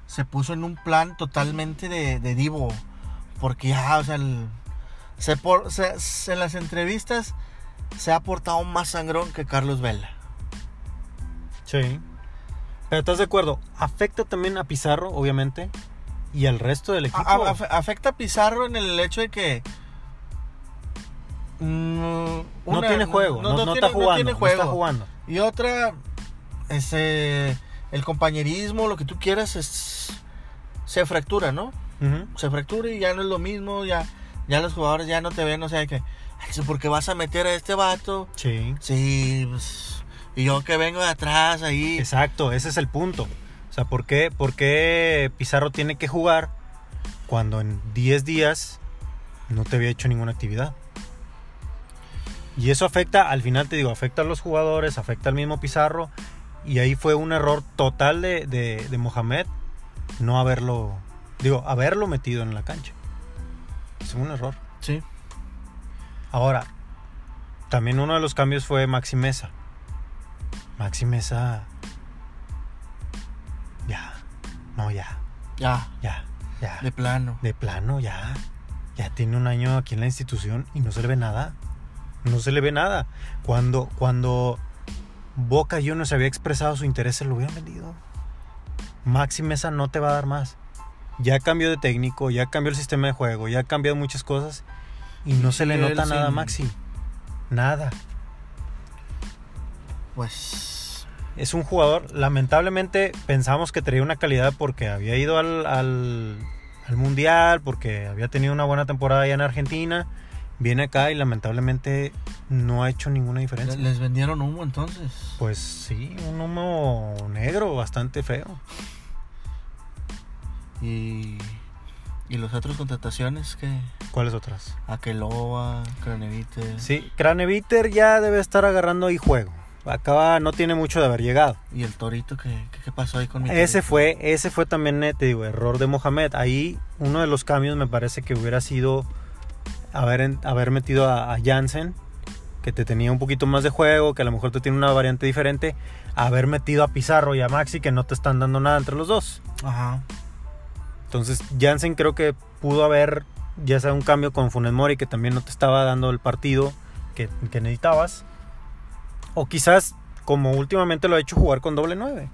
Speaker 1: se puso en un plan totalmente de, de divo porque ya o sea el- Se por- se- se- en las entrevistas se ha portado más sangrón que Carlos Vela.
Speaker 2: Sí. Pero estás de acuerdo, afecta también a Pizarro, obviamente, y al resto del equipo.
Speaker 1: A- a- afe- afecta a Pizarro en el hecho de que. mm, una,
Speaker 2: no tiene juego, no, no
Speaker 1: tiene-
Speaker 2: está jugando.
Speaker 1: tiene
Speaker 2: no está
Speaker 1: juego.
Speaker 2: jugando.
Speaker 1: Y otra, ese, el compañerismo, lo que tú quieras, es, se fractura, ¿no?
Speaker 2: Ujú.
Speaker 1: Se fractura y ya no es lo mismo, ya, ya los jugadores ya no te ven, o sea, que, "Ay, ¿por qué vas a meter a este vato?
Speaker 2: Sí.
Speaker 1: Sí, pues, y yo que vengo de atrás ahí.
Speaker 2: Exacto, ese es el punto. O sea, ¿por qué, por qué Pizarro tiene que jugar cuando en 10 días no te había hecho ninguna actividad? Y eso afecta, al final te digo, afecta a los jugadores, afecta al mismo Pizarro. Y ahí fue un error total de, de- de Mohamed no haberlo, digo, haberlo metido en la cancha. Es un error.
Speaker 1: Sí.
Speaker 2: Ahora, también uno de los cambios fue Maxi Mesa. Maxi Mesa. Ya. No, ya.
Speaker 1: Ya,
Speaker 2: Ya. Ya.
Speaker 1: de
Speaker 2: De,
Speaker 1: plano.
Speaker 2: plano, ya. Ya tiene un año aquí en la institución y no se le ve nada. No se le ve nada. Cuando, cuando Boca y no se había expresado su interés, se lo hubieran vendido. Maxi Mesa no te va a dar más. Ya cambió de técnico, ya cambió el sistema de juego, ya ha cambiado muchas cosas y no se le
Speaker 1: Y él
Speaker 2: nota nada a
Speaker 1: sin-
Speaker 2: Maxi. Nada.
Speaker 1: Pues.
Speaker 2: Es un jugador, lamentablemente pensamos que traía una calidad porque había ido al, al- al Mundial, porque había tenido una buena temporada allá en Argentina. Viene acá y lamentablemente no ha hecho ninguna
Speaker 1: le-
Speaker 2: diferencia.
Speaker 1: Les vendieron humo entonces.
Speaker 2: Pues sí, un humo negro bastante feo.
Speaker 1: Y. Y las otras contrataciones que.
Speaker 2: ¿Cuáles otras?
Speaker 1: Akeloba, Cranevite.
Speaker 2: Sí, Craneviter ya debe estar agarrando ahí juego. Acaba, no tiene mucho de haber llegado.
Speaker 1: Y el torito que, que- que pasó ahí con mi
Speaker 2: Ese
Speaker 1: torito?
Speaker 2: fue, ese fue también, eh, te digo, error de Mohamed. Ahí uno de los cambios me parece que hubiera sido haber, en- haber metido a, a Jansen, que te tenía un poquito más de juego, que a lo mejor te tiene una variante diferente, haber metido a Pizarro y a Maxi, que no te están dando nada entre los dos.
Speaker 1: Ajá.
Speaker 2: Entonces Jansen creo que pudo haber, ya sea un cambio con Funes Mori, que también no te estaba dando el partido que, que necesitabas, o quizás, como últimamente lo ha hecho, jugar con doble nueve.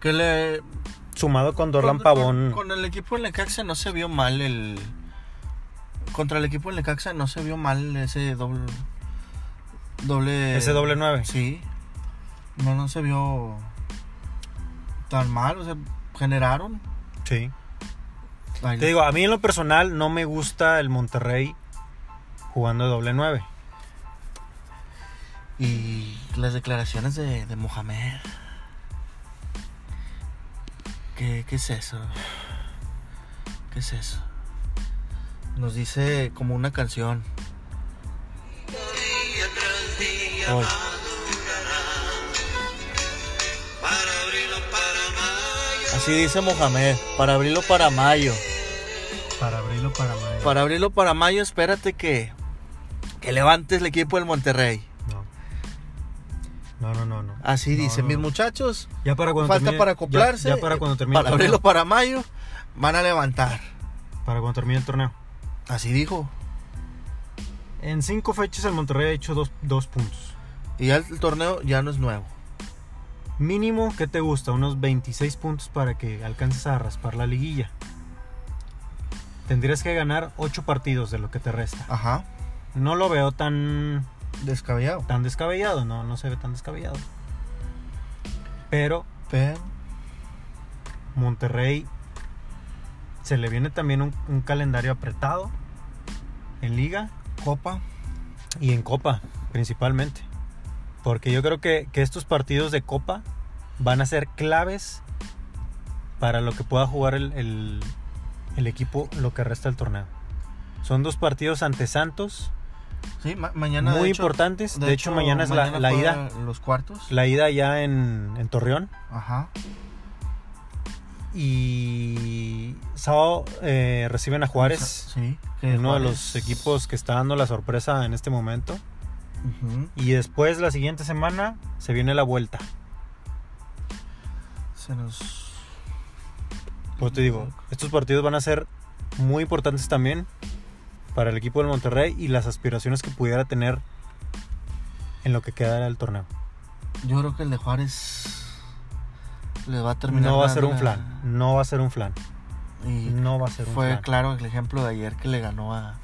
Speaker 1: Que le.
Speaker 2: Sumado con Dorlan
Speaker 1: con-
Speaker 2: Pavón.
Speaker 1: Con, con el equipo en Lecaxa no se vio mal el. Contra el equipo en Lecaxa no se vio mal ese doble. Doble.
Speaker 2: Ese doble nueve.
Speaker 1: Sí. No, no se vio tan mal. O sea, generaron.
Speaker 2: Sí.
Speaker 1: Ahí-
Speaker 2: Te digo, a mí en lo personal no me gusta el Monterrey jugando de doble nueve.
Speaker 1: Y las declaraciones de, de Mohamed. ¿Qué, ¿Qué es eso? ¿Qué es eso? Nos dice como una canción.
Speaker 2: Hoy.
Speaker 1: Así dice Mohamed. Para abrirlo para mayo.
Speaker 2: Para abrirlo para mayo.
Speaker 1: Para abrirlo para mayo, espérate que, que levantes el equipo del Monterrey.
Speaker 2: No. No, no, no, no.
Speaker 1: Así
Speaker 2: No,
Speaker 1: dice,
Speaker 2: no,
Speaker 1: mis
Speaker 2: no.
Speaker 1: muchachos.
Speaker 2: Ya para cuando
Speaker 1: falta
Speaker 2: termine-
Speaker 1: para
Speaker 2: ya-
Speaker 1: acoplarse.
Speaker 2: Ya, para cuando termine
Speaker 1: Para
Speaker 2: el torneo.
Speaker 1: abrirlo para mayo, van a levantar.
Speaker 2: Para cuando termine el torneo.
Speaker 1: Así dijo.
Speaker 2: En cinco fechas el Monterrey ha hecho dos, dos puntos.
Speaker 1: Y ya el, el torneo ya no es nuevo.
Speaker 2: Mínimo, ¿qué te gusta? Unos 26 puntos para que alcances a raspar la liguilla. Tendrías que ganar 8 partidos de lo que te resta.
Speaker 1: Ajá.
Speaker 2: No lo veo tan
Speaker 1: Descabellado.
Speaker 2: tan descabellado, no, no se ve tan descabellado. Pero
Speaker 1: Pero
Speaker 2: Monterrey se le viene también un, un calendario apretado en liga
Speaker 1: Copa.
Speaker 2: y en copa principalmente. Porque yo creo que, que estos partidos de copa van a ser claves para lo que pueda jugar el, el- el equipo lo que resta del torneo. Son dos partidos ante Santos,
Speaker 1: Sí, ma- mañana. de
Speaker 2: muy
Speaker 1: hecho-
Speaker 2: importantes. De, hecho, mañana es la- la,
Speaker 1: juega
Speaker 2: ida.
Speaker 1: Los cuartos.
Speaker 2: La ida ya en, en Torreón.
Speaker 1: Ajá.
Speaker 2: y sábado eh, reciben a
Speaker 1: Sa-
Speaker 2: Juárez,
Speaker 1: Sí. que
Speaker 2: uno de
Speaker 1: Juárez-
Speaker 2: los equipos que está dando la sorpresa en este momento.
Speaker 1: Ujú.
Speaker 2: Y después la siguiente semana se viene la vuelta.
Speaker 1: Se nos.
Speaker 2: Pues te digo, estos partidos van a ser muy importantes también para el equipo del Monterrey y las aspiraciones que pudiera tener en lo que queda del torneo.
Speaker 1: Yo creo que el de Juárez le va a terminar.
Speaker 2: No va a ser
Speaker 1: dando
Speaker 2: un
Speaker 1: la-
Speaker 2: flan, no va a ser un flan,
Speaker 1: Y
Speaker 2: no va a ser un
Speaker 1: fue
Speaker 2: flan.
Speaker 1: claro el ejemplo de ayer que le ganó a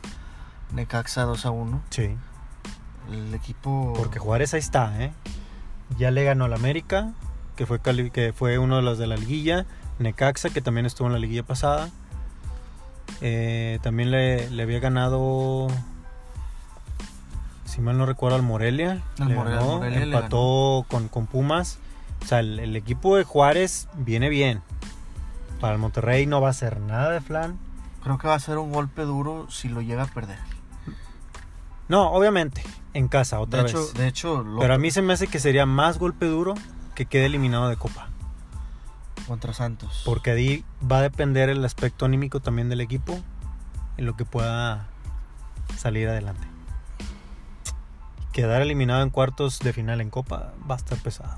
Speaker 1: Necaxa 2 a 1.
Speaker 2: Sí,
Speaker 1: El equipo.
Speaker 2: porque Juárez ahí está, ¿eh? Ya le ganó al América, que fue, cali- que fue uno de los de la liguilla, Necaxa, que también estuvo en la liguilla pasada. Eh, también le, le había ganado, si mal no recuerdo, al Morelia.
Speaker 1: Al
Speaker 2: Le
Speaker 1: Morelia-
Speaker 2: ganó,
Speaker 1: al Morelia le
Speaker 2: empató con, con Pumas. O sea, el, el equipo de Juárez viene bien. Para el Monterrey no va a ser nada de flan.
Speaker 1: Creo que va a ser un golpe duro si lo llega a perder.
Speaker 2: No, obviamente, en casa otra
Speaker 1: De
Speaker 2: vez.
Speaker 1: hecho, de hecho lo-
Speaker 2: Pero a mí se me hace que sería más golpe duro que quede eliminado de Copa.
Speaker 1: contra Santos.
Speaker 2: Porque ahí va a depender el aspecto anímico también del equipo en lo que pueda salir adelante. Quedar eliminado en cuartos de final en Copa va a estar pesado.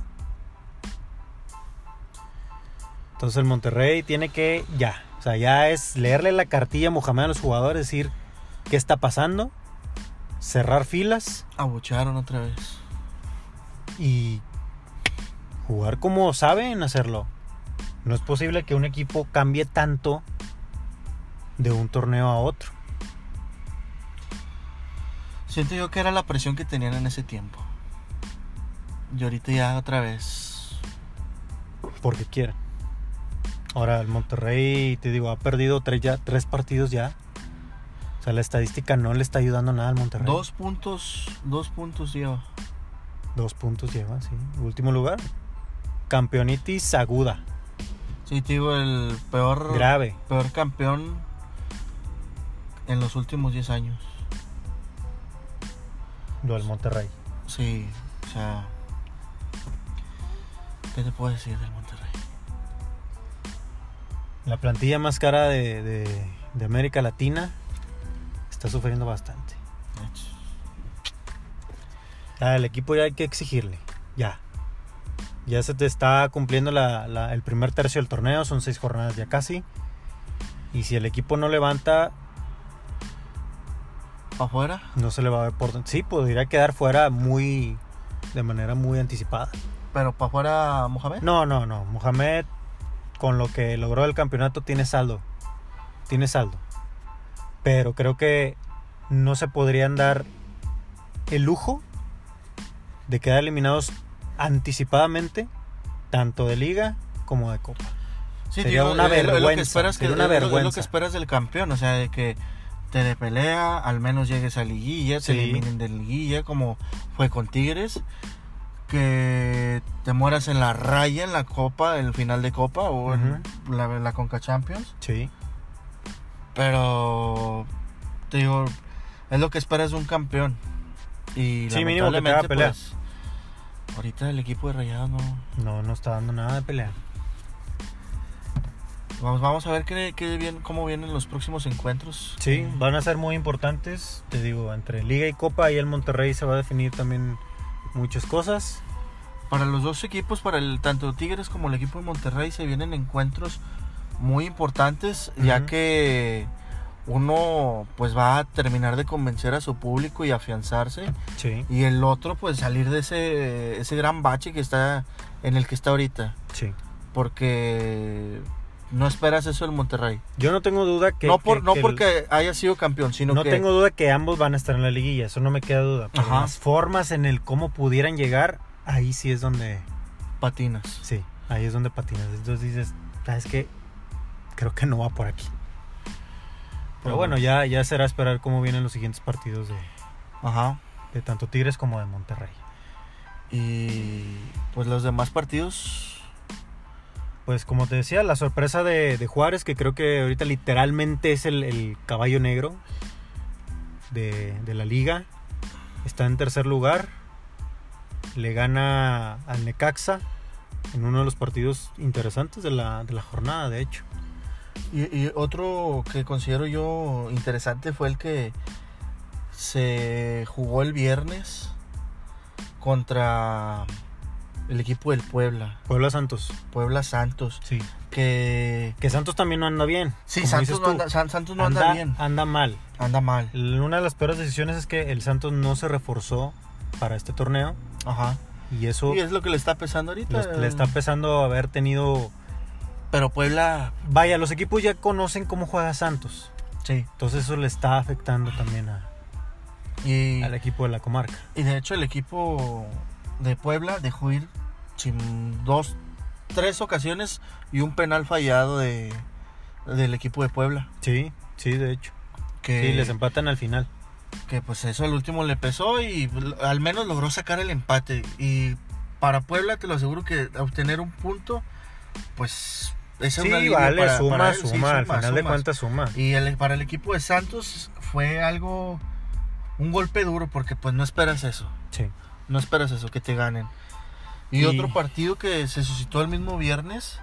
Speaker 2: Entonces el Monterrey tiene que ya, o sea, ya es leerle la cartilla a Mohamed a los jugadores, decir qué está pasando, cerrar filas
Speaker 1: Abucharon otra vez.
Speaker 2: y jugar como saben hacerlo. No es posible que un equipo cambie tanto de un torneo a otro.
Speaker 1: Siento yo que era la presión que tenían en ese tiempo. Y ahorita ya otra vez.
Speaker 2: Porque quiera. Ahora el Monterrey, te digo, ha perdido tres, ya, tres partidos ya. O sea, la estadística no le está ayudando nada al Monterrey.
Speaker 1: Dos puntos. Dos puntos lleva.
Speaker 2: Dos puntos lleva, sí. Último lugar. Campeonitis aguda.
Speaker 1: Sí, te digo, el peor.
Speaker 2: Grave.
Speaker 1: peor campeón en los últimos 10 años.
Speaker 2: Lo del Monterrey.
Speaker 1: Sí, o sea. ¿Qué te puedo decir del Monterrey?
Speaker 2: La plantilla más cara de, de- de América Latina está sufriendo bastante. Ya, el equipo ya hay que exigirle. Ya. Ya se te está cumpliendo la- la- el primer tercio del torneo. Son seis jornadas ya casi. Y si el equipo no levanta,
Speaker 1: ¿Para afuera?
Speaker 2: no se le va a ver por... Sí, podría quedar fuera muy... De manera muy anticipada.
Speaker 1: ¿Pero para afuera, Mohamed?
Speaker 2: No, no, no. Mohamed, con lo que logró el campeonato, tiene saldo. Tiene saldo. Pero creo que no se podrían dar el lujo de quedar eliminados anticipadamente, tanto de liga como de copa.
Speaker 1: Sí,
Speaker 2: Sería una
Speaker 1: es lo- es Lo que
Speaker 2: vergüenza,
Speaker 1: esperas, que-
Speaker 2: sería una
Speaker 1: es lo- es lo
Speaker 2: vergüenza.
Speaker 1: que esperas del campeón, o sea, de que te de pelea, al menos llegues a liguilla,
Speaker 2: Sí.
Speaker 1: te eliminen de liguilla, como fue con Tigres. Que te mueras en la raya, en la copa, el final de copa o en la, la Conca Champions.
Speaker 2: Sí.
Speaker 1: Pero te digo, es lo que esperas de un campeón. Y
Speaker 2: Sí, mínimo que te haga
Speaker 1: lamentablemente,
Speaker 2: pelea.
Speaker 1: pues, ahorita el equipo de Rayados no.
Speaker 2: No, no está dando nada de pelea.
Speaker 1: Vamos, vamos a ver qué, qué bien, cómo vienen los próximos encuentros.
Speaker 2: Sí, van a ser muy importantes. Te digo, entre liga y copa, ahí el Monterrey se va a definir también muchas cosas.
Speaker 1: Para los dos equipos, para el tanto Tigres como el equipo de Monterrey, se vienen encuentros muy importantes, ya
Speaker 2: Ujú.
Speaker 1: que uno pues va a terminar de convencer a su público y afianzarse.
Speaker 2: Sí,
Speaker 1: Y el otro, pues salir de ese, ese gran bache que está en el que está ahorita.
Speaker 2: sí.
Speaker 1: porque no esperas eso del Monterrey.
Speaker 2: Yo no tengo duda que...
Speaker 1: no por,
Speaker 2: que-
Speaker 1: no
Speaker 2: que el-
Speaker 1: porque haya sido campeón, sino
Speaker 2: No
Speaker 1: que
Speaker 2: tengo duda que ambos van a estar en la liguilla, eso no me queda duda. Pero
Speaker 1: Ajá.
Speaker 2: las formas en el cómo pudieran llegar, ahí sí es donde.
Speaker 1: patinas.
Speaker 2: Sí, ahí es donde patinas. Entonces dices, ¿sabes qué? Creo que no va por aquí. Pero bueno, ya, ya será esperar cómo vienen los siguientes partidos de,
Speaker 1: Ajá.
Speaker 2: de tanto Tigres como de Monterrey.
Speaker 1: Y pues los demás partidos,
Speaker 2: Pues como te decía, la sorpresa de, de Juárez, que creo que ahorita literalmente es el, el caballo negro de, de la liga. Está en tercer lugar. Le gana al Necaxa en uno de los partidos interesantes de la, de la jornada, de hecho.
Speaker 1: y, y otro que considero yo interesante fue el que se jugó el viernes contra el equipo del Puebla,
Speaker 2: Puebla Santos.
Speaker 1: Puebla Santos,
Speaker 2: Sí.
Speaker 1: que...
Speaker 2: Que Santos también no anda bien.
Speaker 1: Sí,
Speaker 2: como
Speaker 1: Santos
Speaker 2: dices
Speaker 1: no,
Speaker 2: tú,
Speaker 1: anda, San- Santos no anda bien,
Speaker 2: Anda mal.
Speaker 1: anda mal.
Speaker 2: L- Una de las peores decisiones es que el Santos no se reforzó para este torneo
Speaker 1: Ajá.
Speaker 2: y eso
Speaker 1: Y eh, es lo que le está pesando ahorita.
Speaker 2: les- le está pesando haber tenido...
Speaker 1: Pero Puebla,
Speaker 2: Vaya, los equipos ya conocen cómo juega Santos.
Speaker 1: sí.
Speaker 2: Entonces eso le está afectando también a-
Speaker 1: Y,
Speaker 2: al equipo de la comarca.
Speaker 1: y de hecho el equipo de Puebla dejó ir sin dos, tres ocasiones y un penal fallado de, del equipo de Puebla.
Speaker 2: Sí, sí, de hecho.
Speaker 1: Que,
Speaker 2: Sí, les em- empatan al final.
Speaker 1: que pues eso al último le pesó y l- al menos logró sacar el empate. Y para Puebla te lo aseguro que obtener un punto, pues es un
Speaker 2: Sí,
Speaker 1: alivio
Speaker 2: vale,
Speaker 1: para-
Speaker 2: suma,
Speaker 1: para él. Sí,
Speaker 2: suma, Al final de
Speaker 1: suma.
Speaker 2: cuentas suma.
Speaker 1: Y el- para el equipo de Santos fue algo, un golpe duro porque pues no esperas eso,
Speaker 2: Sí.
Speaker 1: no esperas eso, que te ganen. Y,
Speaker 2: Y-
Speaker 1: otro partido que se suscitó el mismo viernes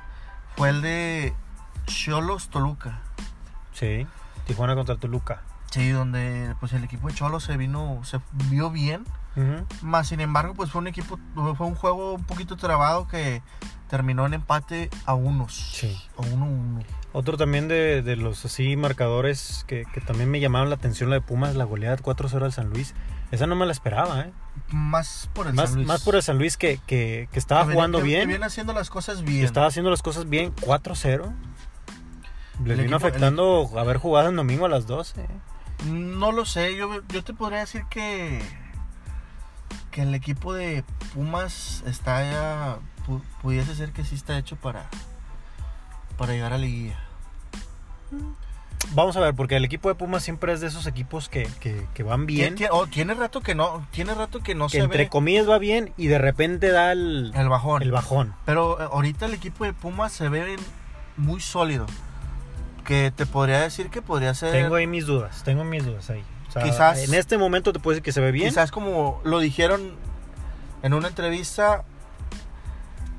Speaker 1: fue el de Cholos Toluca.
Speaker 2: Sí. Tijuana contra Toluca.
Speaker 1: Sí, donde pues el equipo de Cholos se vino, se vio bien,
Speaker 2: Ujú.
Speaker 1: más sin embargo pues fue un equipo, fue un juego un poquito trabado que terminó en empate a unos,
Speaker 2: Sí.
Speaker 1: a uno uno.
Speaker 2: Otro también de, de los así marcadores que, que también me llamaron la atención, la de Pumas, la goleada 4-0 al San Luis. Esa no me la esperaba, ¿eh?
Speaker 1: Más por el
Speaker 2: Más,
Speaker 1: San Luis.
Speaker 2: más por el San Luis que, que- que estaba
Speaker 1: Que venía-
Speaker 2: jugando
Speaker 1: que- que
Speaker 2: bien,
Speaker 1: viene haciendo las cosas
Speaker 2: que
Speaker 1: bien.
Speaker 2: estaba haciendo las cosas bien, 4-0. Les
Speaker 1: El
Speaker 2: vino
Speaker 1: equipo- el-
Speaker 2: afectando haber jugado en domingo a las 12. ¿eh?
Speaker 1: No lo sé, yo, yo te podría decir que, que el equipo de Pumas está ya, pu- pudiese ser que sí está hecho para, para llegar a la liguilla.
Speaker 2: Vamos a ver, porque el equipo de Pumas siempre es de esos equipos que, que- que van bien,
Speaker 1: Tien- tien- oh, tiene rato que no, tiene rato que no
Speaker 2: que
Speaker 1: se
Speaker 2: entre
Speaker 1: ve
Speaker 2: comillas va bien y de repente da el,
Speaker 1: el bajón.
Speaker 2: el bajón.
Speaker 1: Pero eh, ahorita el equipo de Pumas se ve muy sólido. Que te podría decir que podría ser
Speaker 2: Tengo ahí mis dudas, tengo mis dudas ahí. O sea,
Speaker 1: Eh. Quizás-
Speaker 2: en este momento te puedo decir que se ve bien.
Speaker 1: Quizás como lo dijeron en una entrevista,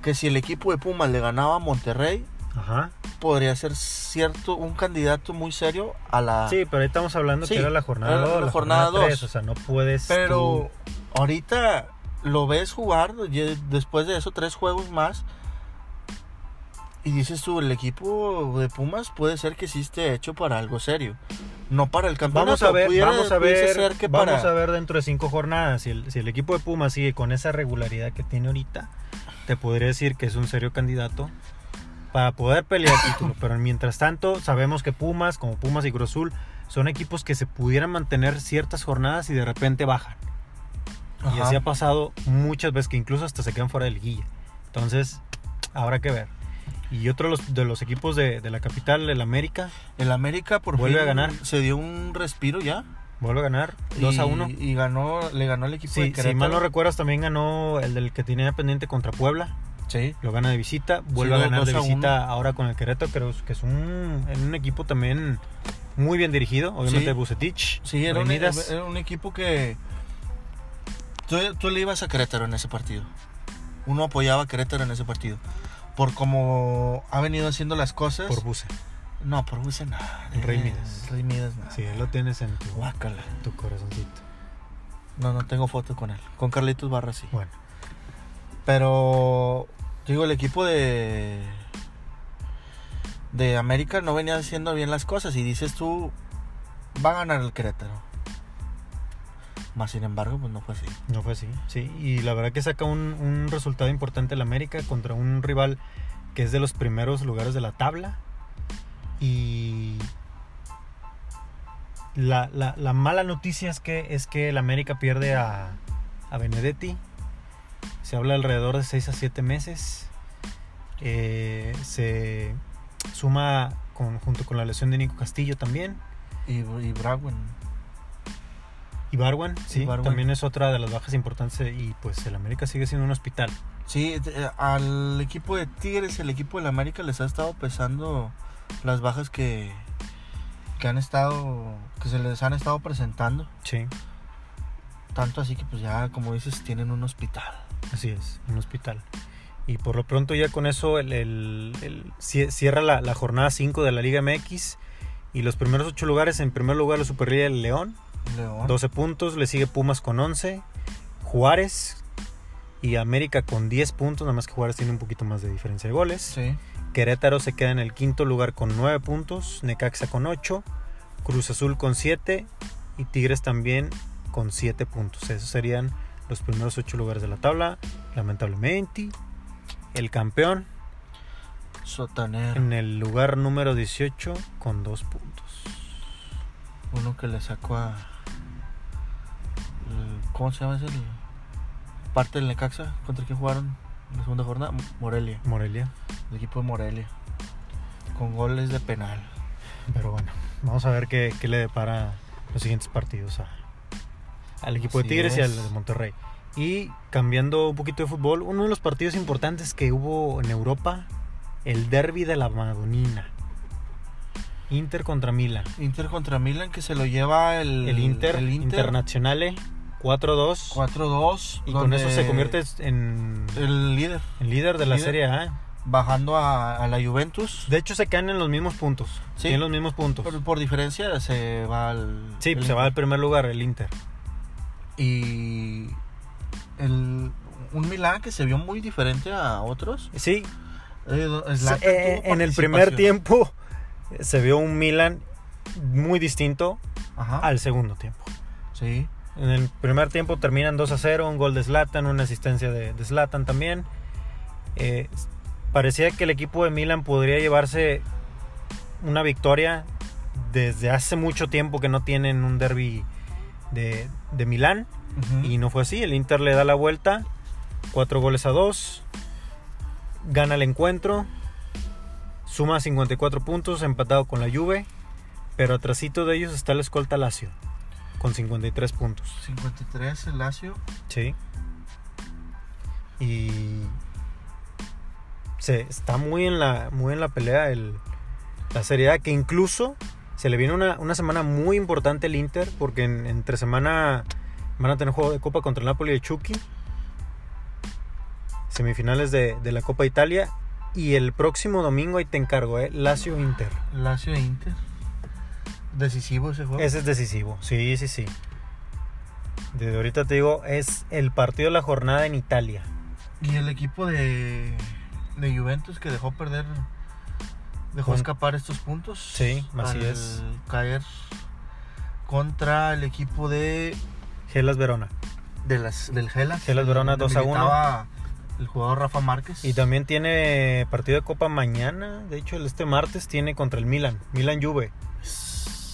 Speaker 1: que si el equipo de Pumas le ganaba a Monterrey,
Speaker 2: Ajá.
Speaker 1: podría ser cierto un candidato muy serio a la...
Speaker 2: Sí, pero ahí estamos hablando
Speaker 1: Ah. Sí,
Speaker 2: que era la jornada
Speaker 1: era la
Speaker 2: 2, la,
Speaker 1: jornada
Speaker 2: jornada
Speaker 1: dos.
Speaker 2: 3, o sea, no puedes
Speaker 1: pero ahorita lo ves jugar, y e, después de eso tres juegos más, y dices tú, el equipo de Pumas puede ser que sí esté hecho para algo serio. No para el
Speaker 2: tú-
Speaker 1: campeonato.
Speaker 2: Vamos a ver,
Speaker 1: pudiera-
Speaker 2: vamos a
Speaker 1: pudiese
Speaker 2: ver,
Speaker 1: ser que
Speaker 2: vamos
Speaker 1: para-
Speaker 2: a ver dentro de cinco jornadas si el, si el equipo de Pumas sigue con esa regularidad que tiene ahorita, te podría decir que es un serio candidato para poder pelear el título, pero mientras tanto sabemos que Pumas, como Pumas y Cruz Azul, son equipos que se pudieran mantener ciertas jornadas y de repente bajan. Y
Speaker 1: Ajá.
Speaker 2: así ha pasado muchas veces que incluso hasta se quedan fuera del guía. Entonces, habrá que ver. Y otro de los, de los equipos de, de la capital, el América,
Speaker 1: El América por
Speaker 2: Vuelve
Speaker 1: fin
Speaker 2: a ganar.
Speaker 1: se dio un respiro ya.
Speaker 2: vuelve a ganar 2 a
Speaker 1: Y-
Speaker 2: 1.
Speaker 1: Y ganó, le ganó el equipo de
Speaker 2: Sí, si
Speaker 1: Querétaro.
Speaker 2: mal no recuerdas, también ganó el del que tenía pendiente contra Puebla.
Speaker 1: Sí.
Speaker 2: Lo gana de visita, vuelve
Speaker 1: Sí,
Speaker 2: a
Speaker 1: do-
Speaker 2: ganar
Speaker 1: dos
Speaker 2: de
Speaker 1: a
Speaker 2: visita ahora con el Querétaro, creo que es un, en un equipo también muy bien dirigido. Obviamente,
Speaker 1: Sí.
Speaker 2: Bucetich.
Speaker 1: Sí, era un, e-
Speaker 2: Leonidas.
Speaker 1: era un equipo que... Tú, tú le ibas a Querétaro en ese partido. Uno apoyaba a Querétaro en ese partido. Por cómo ha venido haciendo las cosas.
Speaker 2: por Buce.
Speaker 1: No, por Buse nada.
Speaker 2: Rey Midas.
Speaker 1: Rey Midas nada.
Speaker 2: Sí, lo tienes en tu,
Speaker 1: Guácala.
Speaker 2: tu corazoncito.
Speaker 1: No, no tengo foto con él. Con Carlitos Barra sí.
Speaker 2: Bueno,
Speaker 1: Pero... Digo, el equipo de... De América no venía haciendo bien las cosas. Y dices tú... Va a ganar el Querétaro. Más sin embargo, pues no fue así.
Speaker 2: No fue así, sí. Y la verdad que saca un, un resultado importante el América contra un rival que es de los primeros lugares de la tabla. Y la, la- la mala noticia es que, es que el América pierde a, a Benedetti. Se habla alrededor de 6 a 7 meses. Eh, se suma con- junto con la lesión de Nico Castillo también.
Speaker 1: Y, y Bragwin.
Speaker 2: Y Barwan, sí,
Speaker 1: Ibarwen.
Speaker 2: también es otra de las bajas importantes. Y pues el América sigue siendo un hospital.
Speaker 1: Sí, eh, al equipo de Tigres, el equipo del América les ha estado pesando las bajas que, que han estado, que se les han estado presentando.
Speaker 2: Sí,
Speaker 1: Tanto así que pues ya, como dices, tienen un hospital.
Speaker 2: así es, un hospital. Y por lo pronto ya con eso el, el- el- cie- cierra la, la jornada 5 de la Liga MX y los primeros 8 lugares, en primer lugar la Superliga del León,
Speaker 1: León.
Speaker 2: 12 puntos, le sigue Pumas con 11, Juárez Y América con 10 puntos, nada más que Juárez tiene un poquito más de diferencia de goles.
Speaker 1: Sí.
Speaker 2: Querétaro se queda en el quinto lugar con 9 puntos, Necaxa con 8, Cruz Azul con 7 y Tigres también con 7 puntos. Esos serían los primeros 8 lugares de la tabla. Lamentablemente, el campeón
Speaker 1: Sotanero.
Speaker 2: en el lugar número 18 con 2 puntos.
Speaker 1: Uno que le sacó a. el- ¿Cómo se llama ese? El- Parte del Necaxa. ¿Contra quién jugaron en la segunda jornada? Mo- Morelia.
Speaker 2: Morelia.
Speaker 1: El equipo de Morelia. Con goles de penal.
Speaker 2: Pero bueno, vamos a ver qué, qué le depara los siguientes partidos a- al equipo
Speaker 1: Así
Speaker 2: de Tigres y
Speaker 1: es.
Speaker 2: al de Monterrey. Y cambiando un poquito de fútbol, uno de los partidos importantes que hubo en Europa, el derby de la Madonina. Inter contra Milan.
Speaker 1: Inter contra Milan que se lo lleva el,
Speaker 2: El Inter,
Speaker 1: el
Speaker 2: Internacionale, 4-2.
Speaker 1: 4-2.
Speaker 2: Y con
Speaker 1: donde
Speaker 2: eso se convierte en,
Speaker 1: El líder.
Speaker 2: en líder de la
Speaker 1: líder.
Speaker 2: Serie A.
Speaker 1: Bajando a, a la Juventus.
Speaker 2: De hecho, se quedan en los mismos puntos.
Speaker 1: Sí.
Speaker 2: Tienen los mismos puntos.
Speaker 1: Por, por diferencia se va al.
Speaker 2: sí,
Speaker 1: el
Speaker 2: se va al primer lugar el Inter.
Speaker 1: y el, un Milán que se vio muy diferente a otros.
Speaker 2: Sí,
Speaker 1: Eh, Zlatan
Speaker 2: Se- eh,
Speaker 1: tuvo
Speaker 2: en el
Speaker 1: participación.
Speaker 2: primer tiempo eh, se vio un Milan muy distinto
Speaker 1: Ajá,
Speaker 2: al segundo tiempo.
Speaker 1: sí,
Speaker 2: En el primer tiempo terminan 2 a 0, un gol de Zlatan, una asistencia de, de Zlatan también. Eh, s- parecía que el equipo de Milan podría llevarse una victoria desde hace mucho tiempo que no tienen un derby de, de Milán.
Speaker 1: ujú.
Speaker 2: Y no fue así. El Inter le da la vuelta. Cuatro goles a dos. Gana el encuentro. Suma 54 puntos, empatado con la Juve. Pero atrasito de ellos está el escolta Lazio. Con 53 puntos.
Speaker 1: 53 el Lazio.
Speaker 2: Sí. Y... Se, está muy en la, muy en la pelea el, la Serie A. Que incluso se le viene una, una semana muy importante al Inter. Porque en- entre semana van a tener juego de Copa contra el Napoli de Chucky. Semifinales de, de la Copa Italia. Y el próximo domingo, ahí te encargo, ¿eh? Lazio Inter.
Speaker 1: Lazio e Inter. Decisivo ese juego.
Speaker 2: Ese es decisivo, sí, sí, sí. Desde ahorita te digo, es el partido de la jornada en Italia.
Speaker 1: Y el equipo de, de Juventus que dejó perder, dejó
Speaker 2: Con-
Speaker 1: escapar estos puntos.
Speaker 2: Sí, así
Speaker 1: al
Speaker 2: es.
Speaker 1: Caer contra el equipo de,
Speaker 2: Gelas Verona.
Speaker 1: de las, del Hellas.
Speaker 2: Hellas Verona
Speaker 1: donde
Speaker 2: 2 a 1.
Speaker 1: militaba El jugador Rafa Márquez.
Speaker 2: Y también tiene partido de Copa mañana. De hecho, el- este martes tiene contra el Milan. Milan Juve.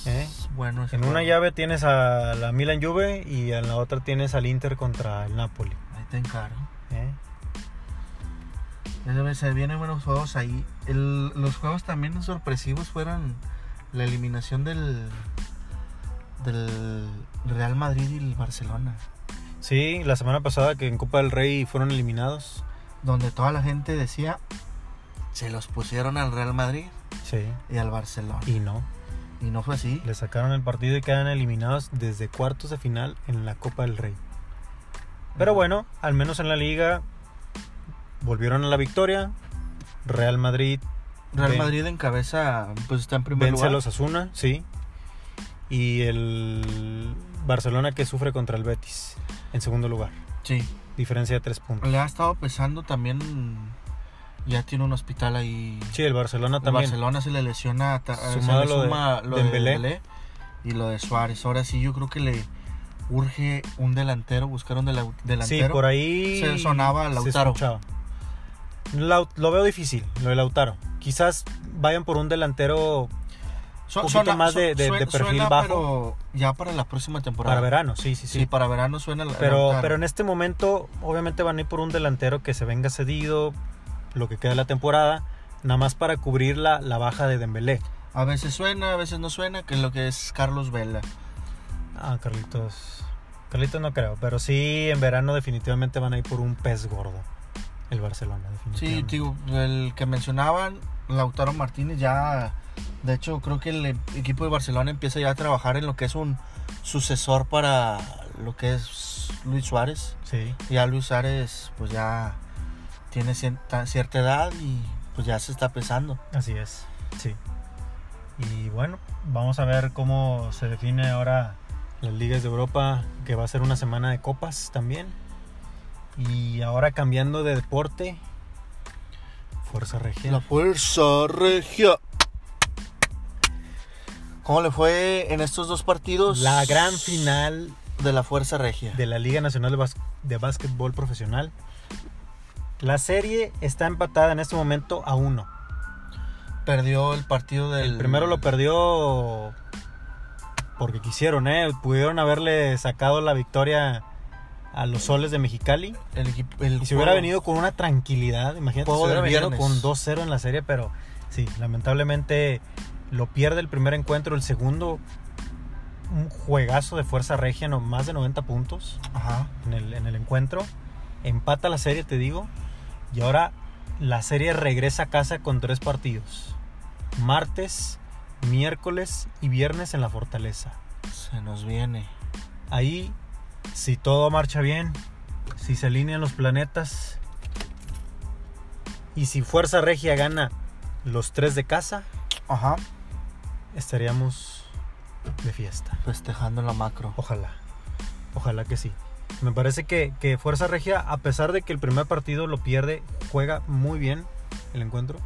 Speaker 2: ¿Eh?
Speaker 1: Bueno, ese
Speaker 2: En una
Speaker 1: juego.
Speaker 2: llave tienes a la Milan Juve y en la otra tienes al Inter contra el Napoli.
Speaker 1: Ahí te encargo.
Speaker 2: ¿eh?
Speaker 1: Ya se ve- Se vienen buenos juegos ahí. El- los juegos también sorpresivos fueron la eliminación del, del Real Madrid y el Barcelona.
Speaker 2: Sí, la semana pasada que en Copa del Rey fueron eliminados.
Speaker 1: Donde toda la gente decía, se los pusieron al Real Madrid
Speaker 2: Sí.
Speaker 1: y al Barcelona.
Speaker 2: Y no.
Speaker 1: Y no fue así.
Speaker 2: Le sacaron el partido y quedan eliminados desde cuartos de final en la Copa del Rey. Pero bueno, al menos en la liga volvieron a la victoria. Real Madrid
Speaker 1: Real
Speaker 2: ven-
Speaker 1: Madrid en cabeza, pues está en primer
Speaker 2: Vence a
Speaker 1: lugar.
Speaker 2: los Asuna, sí. Y el Barcelona que sufre contra el Betis en segundo lugar.
Speaker 1: Sí.
Speaker 2: Diferencia de tres puntos.
Speaker 1: Le ha estado pesando también. Ya tiene un hospital ahí.
Speaker 2: Sí, el Barcelona
Speaker 1: El
Speaker 2: también.
Speaker 1: Barcelona se le lesiona a ta- se
Speaker 2: Sumado
Speaker 1: le
Speaker 2: lo de
Speaker 1: suma lo de
Speaker 2: Dembélé.
Speaker 1: Dembélé y lo de Suárez. Ahora sí, yo creo que le urge un delantero, buscar un dela- delantero.
Speaker 2: Sí, por ahí
Speaker 1: Se sonaba
Speaker 2: se
Speaker 1: Lautaro.
Speaker 2: escuchaba. Lau- lo veo difícil, lo de Lautaro. Quizás vayan por un delantero
Speaker 1: Su-
Speaker 2: poquito más de- de- de perfil
Speaker 1: Pero
Speaker 2: bajo.
Speaker 1: ya para la próxima temporada.
Speaker 2: para verano, sí, sí,
Speaker 1: Sí,
Speaker 2: sí.
Speaker 1: para verano suena la-
Speaker 2: pero,
Speaker 1: Lautaro.
Speaker 2: pero en este momento, obviamente van a ir por un delantero que se venga cedido, lo que queda de la temporada, nada más para cubrir la, la baja de Dembélé.
Speaker 1: A veces suena, a veces no suena, que es lo que es Carlos Vela.
Speaker 2: Ah, Carlitos. Carlitos no creo, pero sí en verano definitivamente van a ir por un pez gordo. El Barcelona,
Speaker 1: Sí,
Speaker 2: definitivamente.
Speaker 1: digo, el que mencionaban, Lautaro Martínez, ya. De hecho, creo que el em, equipo de Barcelona empieza ya a trabajar en lo que es un sucesor para lo que es Luis Suárez.
Speaker 2: Sí.
Speaker 1: Ya Luis Suárez, pues ya tiene cierta, cierta edad y pues ya se está pesando.
Speaker 2: así es. Sí. Y bueno, vamos a ver cómo se define ahora las ligas de Europa, que va a ser una semana de copas también. Y ahora cambiando de deporte, Fuerza Regia.
Speaker 1: La fuerza regia. ¿Cómo le fue en estos dos partidos?
Speaker 2: La gran final
Speaker 1: de la fuerza regia.
Speaker 2: de la Liga Nacional de, Bas- de Básquetbol Profesional. La serie está empatada en este momento a uno.
Speaker 1: Perdió el partido del.
Speaker 2: El primero lo perdió porque quisieron, ¿eh? Pudieron haberle sacado la victoria a los soles de Mexicali.
Speaker 1: El equipo. el
Speaker 2: Y si hubiera
Speaker 1: juego.
Speaker 2: venido con una tranquilidad, imagínate, si
Speaker 1: Juego
Speaker 2: hubiera
Speaker 1: del
Speaker 2: venido con
Speaker 1: viernes.
Speaker 2: 2-0 en la serie, pero sí, lamentablemente lo pierde el primer encuentro, el segundo, un juegazo de fuerza regia, no, más de 90 puntos
Speaker 1: Ajá.
Speaker 2: en el, en el encuentro, empata la serie, te digo, y ahora la serie regresa a casa con tres partidos, martes, miércoles y viernes en la fortaleza.
Speaker 1: Se nos viene.
Speaker 2: Ahí, si todo marcha bien, si se alinean los planetas y si Fuerza Regia gana los tres de casa,
Speaker 1: Ajá.
Speaker 2: estaríamos de fiesta.
Speaker 1: Festejando la macro.
Speaker 2: Ojalá, ojalá que sí. Me parece que, que Fuerza Regia, a pesar de que el primer partido lo pierde, juega muy bien el encuentro.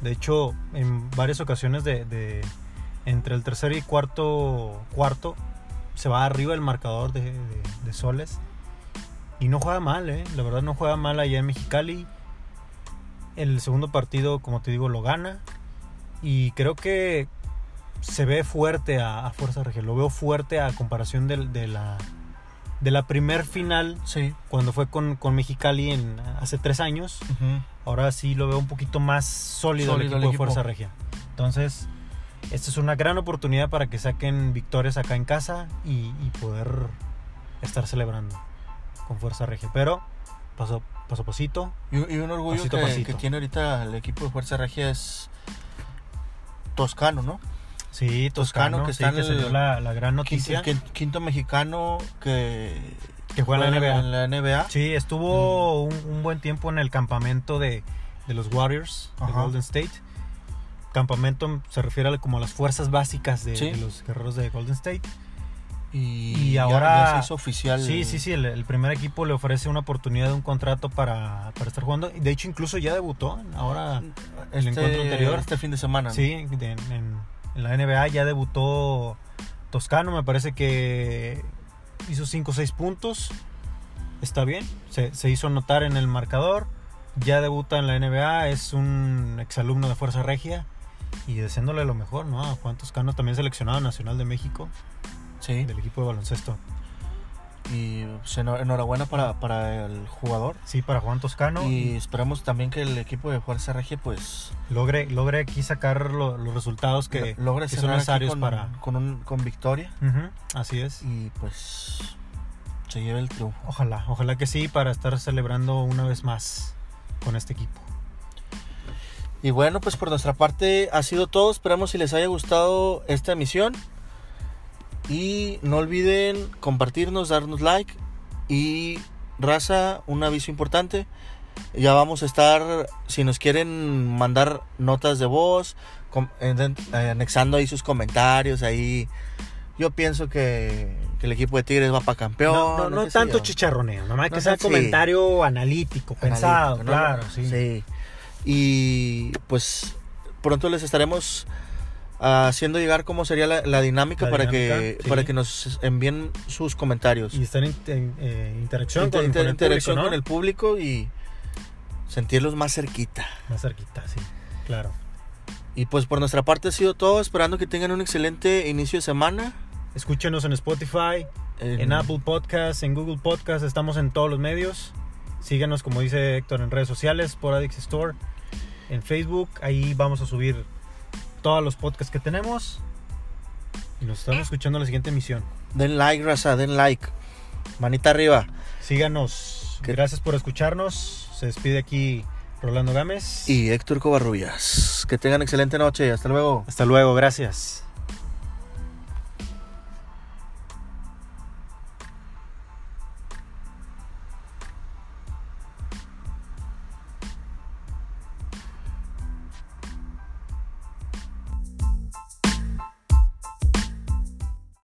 Speaker 2: De hecho, en varias ocasiones de, de- entre el tercer y cuarto cuarto se va arriba el marcador de, de- de Soles. Y no juega mal, ¿eh? La verdad no juega mal allá en Mexicali. El segundo partido, como te digo, lo gana. Y creo que se ve fuerte a, a Fuerza Regia. Lo veo fuerte a comparación del- de, la, de la primer final
Speaker 1: Sí.
Speaker 2: cuando fue con, con Mexicali en, hace tres años
Speaker 1: Ujú.
Speaker 2: ahora sí lo veo un poquito más sólido, el
Speaker 1: Sólido
Speaker 2: equipo,
Speaker 1: el
Speaker 2: de
Speaker 1: equipo.
Speaker 2: Fuerza Regia. Entonces, esta es una gran oportunidad para que saquen victorias acá en casa y, y poder estar celebrando con Fuerza Regia. Pero, paso, paso a pasito,
Speaker 1: Y, y un orgullo
Speaker 2: Pasito,
Speaker 1: que,
Speaker 2: pasito.
Speaker 1: que tiene ahorita el equipo de fuerza regia es. Toscano, ¿no?
Speaker 2: sí, Toscano,
Speaker 1: Toscano, que
Speaker 2: sí,
Speaker 1: está en
Speaker 2: que se
Speaker 1: el-
Speaker 2: dio la, la gran
Speaker 1: Quinto,
Speaker 2: noticia que,
Speaker 1: quin- quinto mexicano que.
Speaker 2: juega en la NBA.
Speaker 1: En la Mm. NBA.
Speaker 2: Sí, estuvo un, un buen tiempo en el campamento de, de los Warriors de
Speaker 1: Ajá.
Speaker 2: Golden State. Campamento se refiere a como a las fuerzas básicas de-
Speaker 1: Sí.
Speaker 2: de los guerreros de Golden State.
Speaker 1: Y,
Speaker 2: Y
Speaker 1: ya-
Speaker 2: ahora-
Speaker 1: ya se hizo oficial.
Speaker 2: Sí, sí, sí, el, el primer equipo le ofrece una oportunidad de un contrato para, para estar jugando. De hecho, incluso ya debutó ahora.
Speaker 1: Este,
Speaker 2: El encuentro anterior.
Speaker 1: Este fin de semana. ¿no?
Speaker 2: Sí, de- en, en la NBA ya debutó Toscano, me parece que hizo 5 o 6 puntos. Está bien, se, se hizo notar en el marcador. Ya debuta en la NBA, es un exalumno de Fuerza Regia. Y deseándole lo mejor, ¿no? A Juan Toscano, también seleccionado nacional de México,
Speaker 1: Sí.
Speaker 2: del equipo de baloncesto.
Speaker 1: Y pues, eno- enhorabuena para, para el jugador.
Speaker 2: Sí, para Juan Toscano.
Speaker 1: Y esperamos también que el equipo de Fuerza Regia pues
Speaker 2: logre, logre aquí sacar lo- los resultados que,
Speaker 1: lo- logre
Speaker 2: que son
Speaker 1: cerrar aquí
Speaker 2: necesarios
Speaker 1: con,
Speaker 2: para...
Speaker 1: con, un- con victoria
Speaker 2: Ujú, así es.
Speaker 1: y pues se lleve el triunfo.
Speaker 2: Ojalá, ojalá que sí, para estar celebrando una vez más con este equipo.
Speaker 1: Y bueno, pues por nuestra parte ha sido todo. Esperamos si les haya gustado esta emisión. Y no olviden compartirnos, darnos like. Y raza, un aviso importante. Ya vamos a estar, si nos quieren mandar notas de voz, com- en- eh, anexando ahí sus comentarios, ahí. Yo pienso que, que el equipo de Tigres va para campeón.
Speaker 2: No, no, no
Speaker 1: qué sé
Speaker 2: tanto
Speaker 1: yo.
Speaker 2: chicharroneo, nada más que
Speaker 1: No
Speaker 2: sea
Speaker 1: tan- sí.
Speaker 2: comentario analítico, pensado,
Speaker 1: Analítico, ¿no?
Speaker 2: claro, sí.
Speaker 1: Y pues pronto les estaremos ah, haciendo llegar cómo sería la, la dinámica,
Speaker 2: La
Speaker 1: para, que,
Speaker 2: dinámica, sí.
Speaker 1: para que nos envíen sus comentarios.
Speaker 2: Y estar en, en, eh, interacción
Speaker 1: Inter-
Speaker 2: con,
Speaker 1: inter-
Speaker 2: con el
Speaker 1: interacción
Speaker 2: público, ¿no?
Speaker 1: con el público y sentirlos más cerquita.
Speaker 2: Más cerquita, sí, claro.
Speaker 1: Y pues por nuestra parte ha sido todo, esperando que tengan un excelente inicio de semana.
Speaker 2: Escúchenos en Spotify, en Apple Podcast, en Google Podcast, estamos en todos los medios. Síganos, como dice Héctor, en redes sociales, por Addicts Store, en Facebook. Ahí vamos a subir todos los podcasts que tenemos. Y nos estamos escuchando en la siguiente emisión.
Speaker 1: Den like, raza, den like. Manita arriba.
Speaker 2: Síganos.
Speaker 1: Que-
Speaker 2: Gracias por escucharnos. Se despide aquí Rolando Gámez.
Speaker 1: Y Héctor Covarrubias. Que tengan excelente noche. Hasta luego.
Speaker 2: hasta luego, gracias.